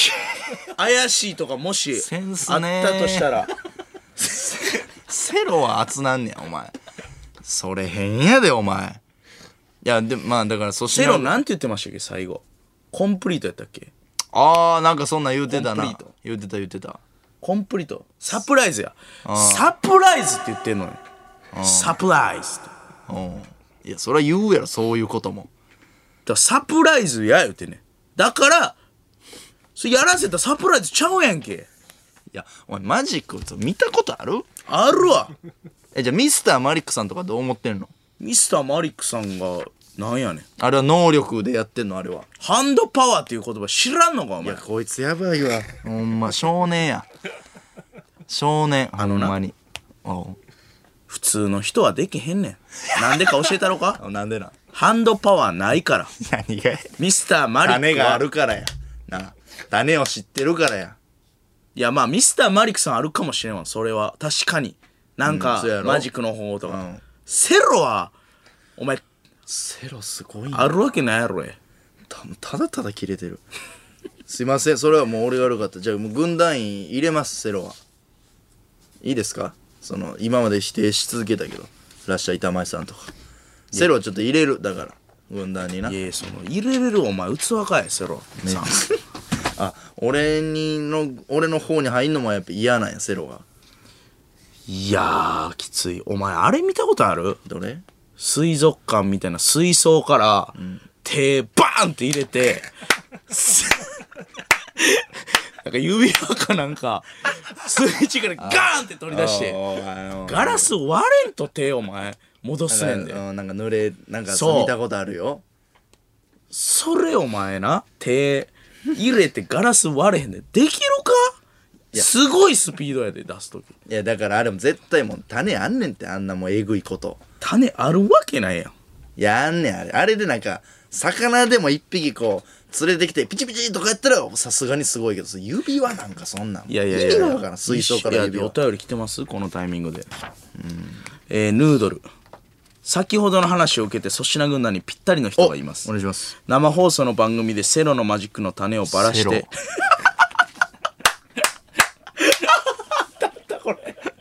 怪しいとかもし
センス
あっ
ね
たとしたら
セロは熱なんねや、お前。それ変やで、お前。いや、で、まあ、だから、そし
セロ
て、
なんて言ってましたっけ最後コンプリートやったっけ
あー、なんかそんなん言うてた
コン
な
プリート。
言うてた、言うてた。
コンプリートサプライズやサプライズって言ってんのよサプライズってだか
うん。いや、それは言うやろ、そういうことも。
らサプライズや言ってんねんだからそれやらせたサプライズちゃうやんけ
いや、お前マジック見たことある
あるわ
え、じゃあミスターマリックさんとかどう思ってんの
ミスターマリックさんがなんやねん
あれは能力でやってんのあれは。
ハンドパワーっていう言葉知らんのかお前
こいつやばいわ。ほんま、少年や。少年、あのほんまに。お
普通の人はできへんねんなんでか教えたろか
うなんでなん
ハンドパワーないから
何が
ミスターマリックは
種があるからや。な。種を知ってるからや。
いやまあミスターマリックさんあるかもしれんわそれは確かにな
う
ん
ん
か、
そうやろ
マジックの方法とか、
ん
セロはお前
セロすごい
あるわけないやろえ
たただただ切れてる。すいません、それはもう俺が悪かった。じゃあもう軍団員入れます、セロは。いいですかその、今まで否定し続けたけど、ラッシャー板前さんとか。セロはちょっと入れる、だから、軍団にな。
いやその入れれるお前器かいセロさん
あ、俺にの、俺の方に入んのもやっぱ嫌なんや、セロが。
いやーきついお前あれ見たことある
どれ
水族館みたいな水槽から、手バーンって入れ てなんか指輪かなんか水中からガーンって取り出してガラス割れんと手お前戻すねんで
うんなんか濡れ、なんか
そう
見たことあるよ。
それお前な手入れてガラス割れへんでできるかすごいスピードやで出す時
いや、だからあれも絶対もう種あんねんって、あんなもうえぐいこと。
種あるわけないやん
いやあんねんあれあれでなんか魚でも一匹こう連れてきてピチピチとかやったらさすがにすごいけどその指輪なんかそんなん
いやいやい
意
や
味がわからん水槽から指
いやお
輪
便り来てますこのタイミングで、えーヌードル先ほどの話を受けて粗品軍団にぴったりの人がいます
お願いします
生放送の番組でセロのマジックの種をばらし
セロ
て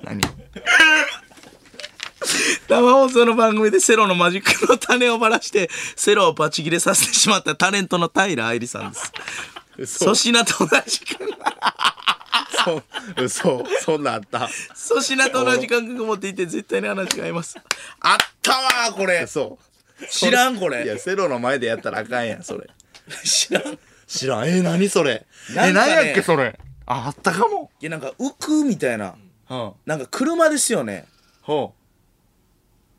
何
生放送の番組でセロのマジックの種をばらしてセロをバチ切れさせてしまったタレントの平愛理さんです粗品と同じく
嘘嘘そんなんあった
粗品と同じ感覚持っていて絶対に話が合いますあったわーこれ
そう
知らんこれ
いやセロの前でやったらあかんやんそれ
知らんい
知らんえ何それ
なんかね
え何やっけそれああったかも
やなんか浮くみたいな
うん
なんか車ですよね
ほ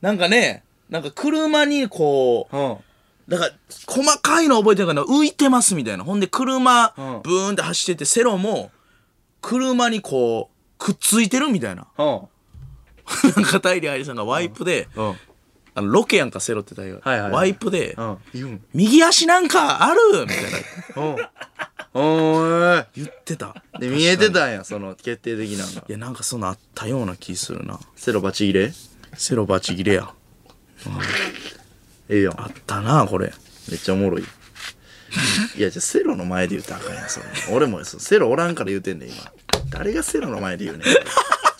なんかねなんか車にこ
ううん
うだから細かいの覚えてるから浮いてますみたいなほんで車ブ
うん
ーンって走っててセロも車にこうくっついてるみたいな
うん
なんかタイリー・アイリさんがワイプで
うん
あのロケやんかセロって大
は
概、
いはいはい
ワイプで、
うんうん
右足なんかあるみたいな
うんおい
言ってた
で見えてたんやその決定的なのが
いやなんかそんなんあったような気するな
セロバチ切れ
セロバチ切れや
ええやん
あったなこれ
めっちゃおもろいいやじゃあセロの前で言うたらあかんやんそれ俺もそうセロおらんから言うてんねん今誰がセロの前で言うねん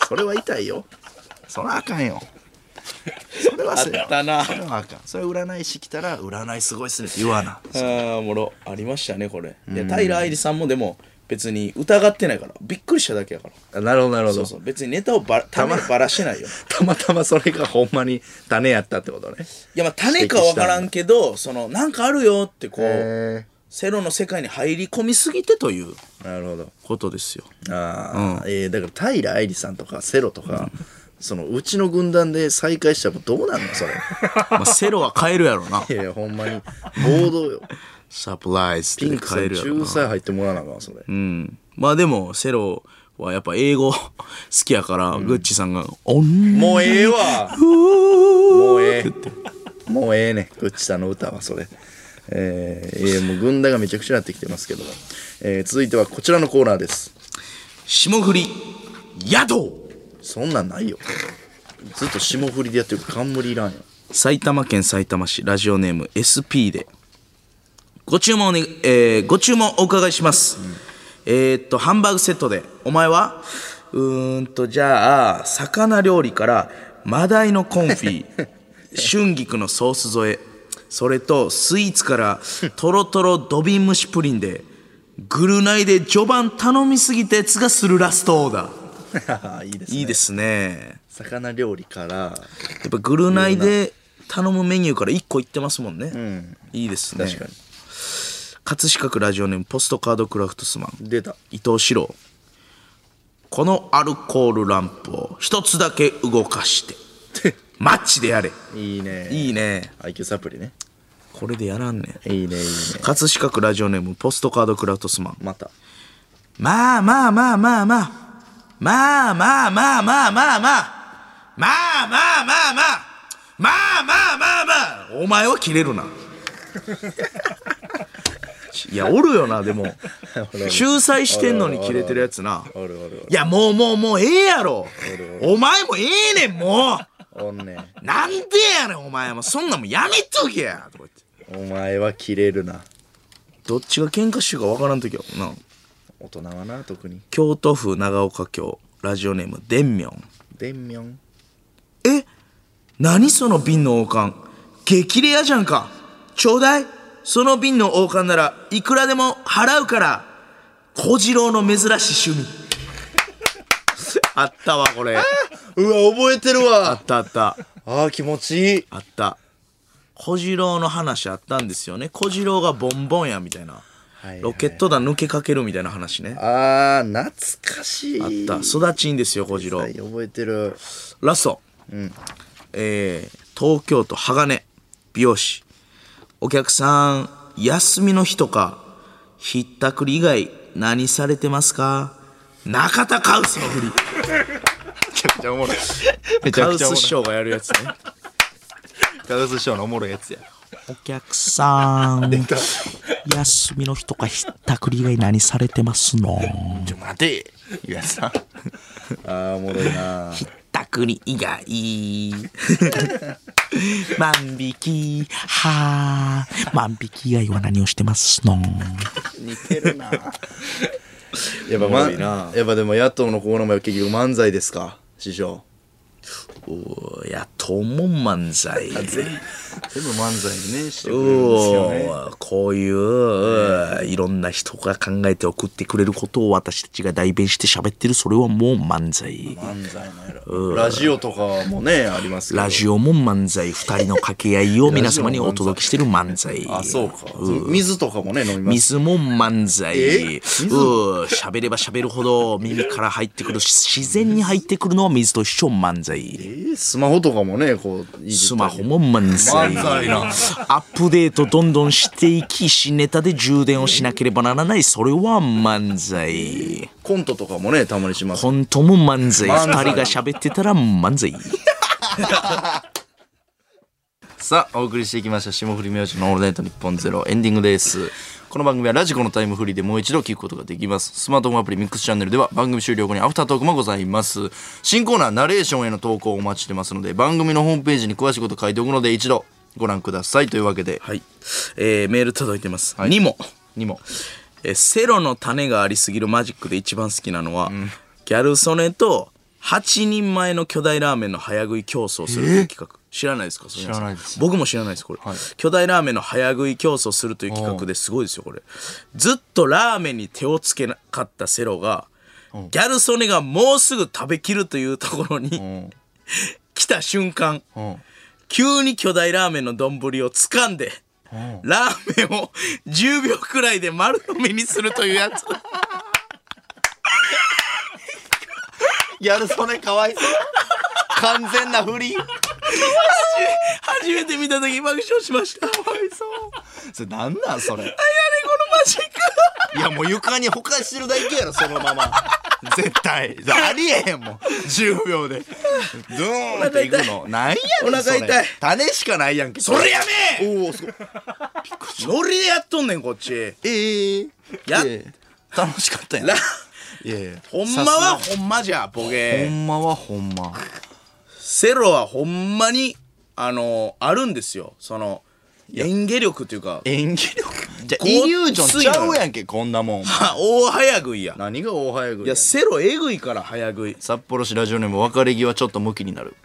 それは痛いよそらあかんよそれはセロ
たなあ
それはあかんそれ占い師来たら占いすごいっすねって言わな
ーおもろありましたねこれいや平愛理さんもでも別に疑ってないからびっくりしただけやから
あなるほどなるほ
そ
ど
うそう別にネタをば種をばらして ないよ
たまたまそれがほんまに種やったってことね
いやまあ種かわからんけどそのなんかあるよってこう、
へ
セロの世界に入り込みすぎてという
なるほど
ことですよ
ああ、えーだから平愛理さんとかセロとかそのうちの軍団で再会したらもうどうなんのそれ
まあセロは変えるやろ ない
やいやほんまに暴動よ
サプライズ
ピン
で
クさ
変え
ん
るやろ
仲
な
裁入ってもらわなあかんそれ、
うんまあでもセロはやっぱ英語 好きやから、グッチさんが「おん
もうええわもう ええもうええねグッチさんの歌はそれえー、えーもう軍団がめちゃくちゃになってきてますけども、えー続いてはこちらのコーナーです
霜降り宿
そんなんないよずっと霜降りでやってるから冠いらんよ」
埼玉県埼玉市ラジオネーム SP でご注文おね、えーご注文お伺いします、えーっとハンバーグセットでお前はうーんとじゃあ魚料理からマダイのコンフィ春菊のソース添えそれとスイーツからとろとろ土瓶蒸しプリンでぐるナイで序盤頼みすぎたやつがするラストオーダー
いいですね
いいですね
魚料理から
やっぱグルナイで頼むメニューから1個いってますもんね、いいですね
確かに
葛飾区ラジオネームポストカードクラフトスマン
出た
伊藤四郎このアルコールランプを一つだけ動かしてマッチでやれ
いいね
いいね
IQ サプリね
これでやらんね
いいねいいね
葛飾区ラジオネームポストカードクラフトスマン
また
まあまあまあまあまあ。まあまあまあまあまあまあ。まあまあまあまあ。まあまあまあまあ。お前は切れるな。いや、おるよな、でも。仲裁してんのに切れてるやつな。
おるおる
いや、もうもうもうええやろ。お前もええねん、もう。
おんねん
なんでやねん、お前も。そんなんもうやめとけや。とか言っ
お
て
前は切れるな
どっちが喧嘩してるかわからんときはな。
大人はな特に
京都府長岡京、ラジオネーム、でんみょん。
でんみょん
え何その瓶の王冠激レアじゃんかちょうだいその瓶の王冠ならいくらでも払うから小次郎の珍しい趣味あったわこれあ
うわ覚えてるわ
ったあった
あー気持ちいい
あった小次郎の話あったんですよね小次郎がボンボンやみたいな、
いはい
ロケット弾抜けかけるみたいな話ね
あー懐かしい
あった
は
育ちいいんですよ小次郎
い覚えてる
ラスト、えー東京都鋼美容師お客さん休みの日とかひったくり以外何されてますか中田カウスの振り
めちゃおもろい
カウス師匠がやるやつね
カウス師匠のおもろいやつや
お客さん、休みの日とかひったくり以外何されてますの
ちょ待ていやさあーおもろいな
ひったくり以外。 万引き、はあ、万引き以外は何をしてますの
似てるなやっぱ、ま、やっぱでも野党のコーナーも結局漫才ですか師匠
おーいやとも 漫才
全部漫才にねしてくれるんですよね
おーこういういろんな人が考えて送ってくれることを私たちが代弁して喋ってるそれはもう漫才
漫才のやらラジオとかもねありますけど
ラジオも漫才2人の掛け合いを皆様にお届けしてる漫才
あそうか水とかもね飲みます
水も漫才
え水
うん喋れば喋るほど耳から入ってくるし自然に入ってくるのは水と一緒漫
え
才
ースマホとかもねこういじっ
ス
た
マ
り
ホも漫才
漫才な
アップデートどんどんしていき新ネタで充電をしなければならないそれは漫才
コントとかもねたまにします
本当も漫才
漫才
2人が喋ってたら漫才
さあお送りしていきました霜降り明星のオールナイトニッポンゼロエンディングですここの番組はラジコのタイムフリーでもう一度聞くことができます。スマートフォンアプリミックスチャンネルでは番組終了後にアフタートークもございます。新コーナーナレーションへの投稿をお待ちしてますので、番組のホームページに詳しいこと書いておくので一度ご覧ください。というわけで、
はい。えーメール届いてます。にも、
にも。
えーセロの種がありすぎるマジックで一番好きなのは、ギャル曽根と8人前の巨大ラーメンの早食い競争するという企画。知らないですか知
知らないです
僕も知らないですこれ、巨大ラーメンの早食い競争するという企画ですごいですよこれずっとラーメンに手をつけなかったセロがギャル曽根がもうすぐ食べきるというところに、 来た瞬間、急に巨大ラーメンの丼を掴んで、ラーメンを10秒くらいで丸飲みにするという やつ
やるそねかわいそう。完全なフリー。
初めて見た時爆笑しましたかわいそう
それなんなんそれ。
このマジック
いやもう床にほかしてるだけやろそのま ま絶対ありえへんもん10秒でドーンっていくの なんやねん
お腹痛
そ
い
れ種しかないやんけ
それやめえ
おおすごい
ノリでやっとんねんこっち
えー、
や
いい楽しかったやん
ラ
いやいや
ほんま
さす
は
が
ほんまじゃボ
ほ
ケ
んまはほんま
セロはほんまにあのあるんですよその演芸力というか
演技力じゃあ
ごっつい
イ
の
リュージョンちゃうやんけこんなもん
あ大早食いや
何が大早食い
いやセロえぐいから早食い
札幌市ラジオネーム別れ際ちょっとムキになる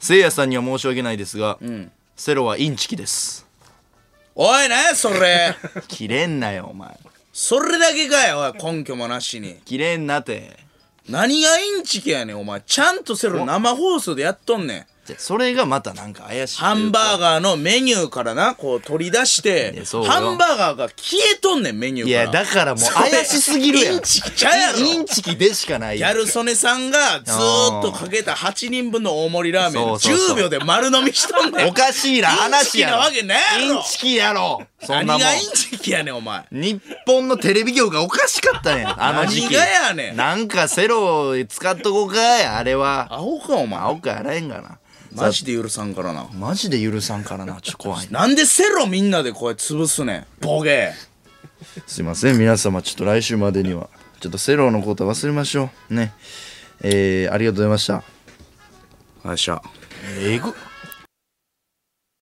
せいやさんには申し訳ないですが、セロはインチキです
おいねそ れ
切れんなよお前
それだけかよおい根拠もなしに
切れんなて
何がインチキやねんお前ちゃんとセロ生放送でやっとんねん
じゃそれがまたなんか怪しい
ハンバー
ガ
ガーのメニューからなこう取り出して
いやそうよ
ハンバーガーが消えとんねんメニュ
い
ーから
やだからもう怪しすぎるやん
インチキちゃうやろ
インチキでしかない
ギャル曽根さんがずーっとかけた8人分の大盛りラーメン
そうそうそう
10秒で丸飲みしとんねん
おかしいな話やろ
インチキなわけねえやろ
インチキやろそんなもん
何がインチキやねんお前
日本のテレビ業がおかしかったんやあの時期
何がやねん
なんかセロ使っとこうかやあれは
アホかお
青
前
くやらへんがな
マジで許さんからな
マジで許さんからなちょっと怖いな
なんでセロみんなでこれ潰すねんボケ
すいません皆様ちょっと来週までにはちょっとセロのことは忘れましょうねえー、ありがとうございました
よっしゃ
えぐ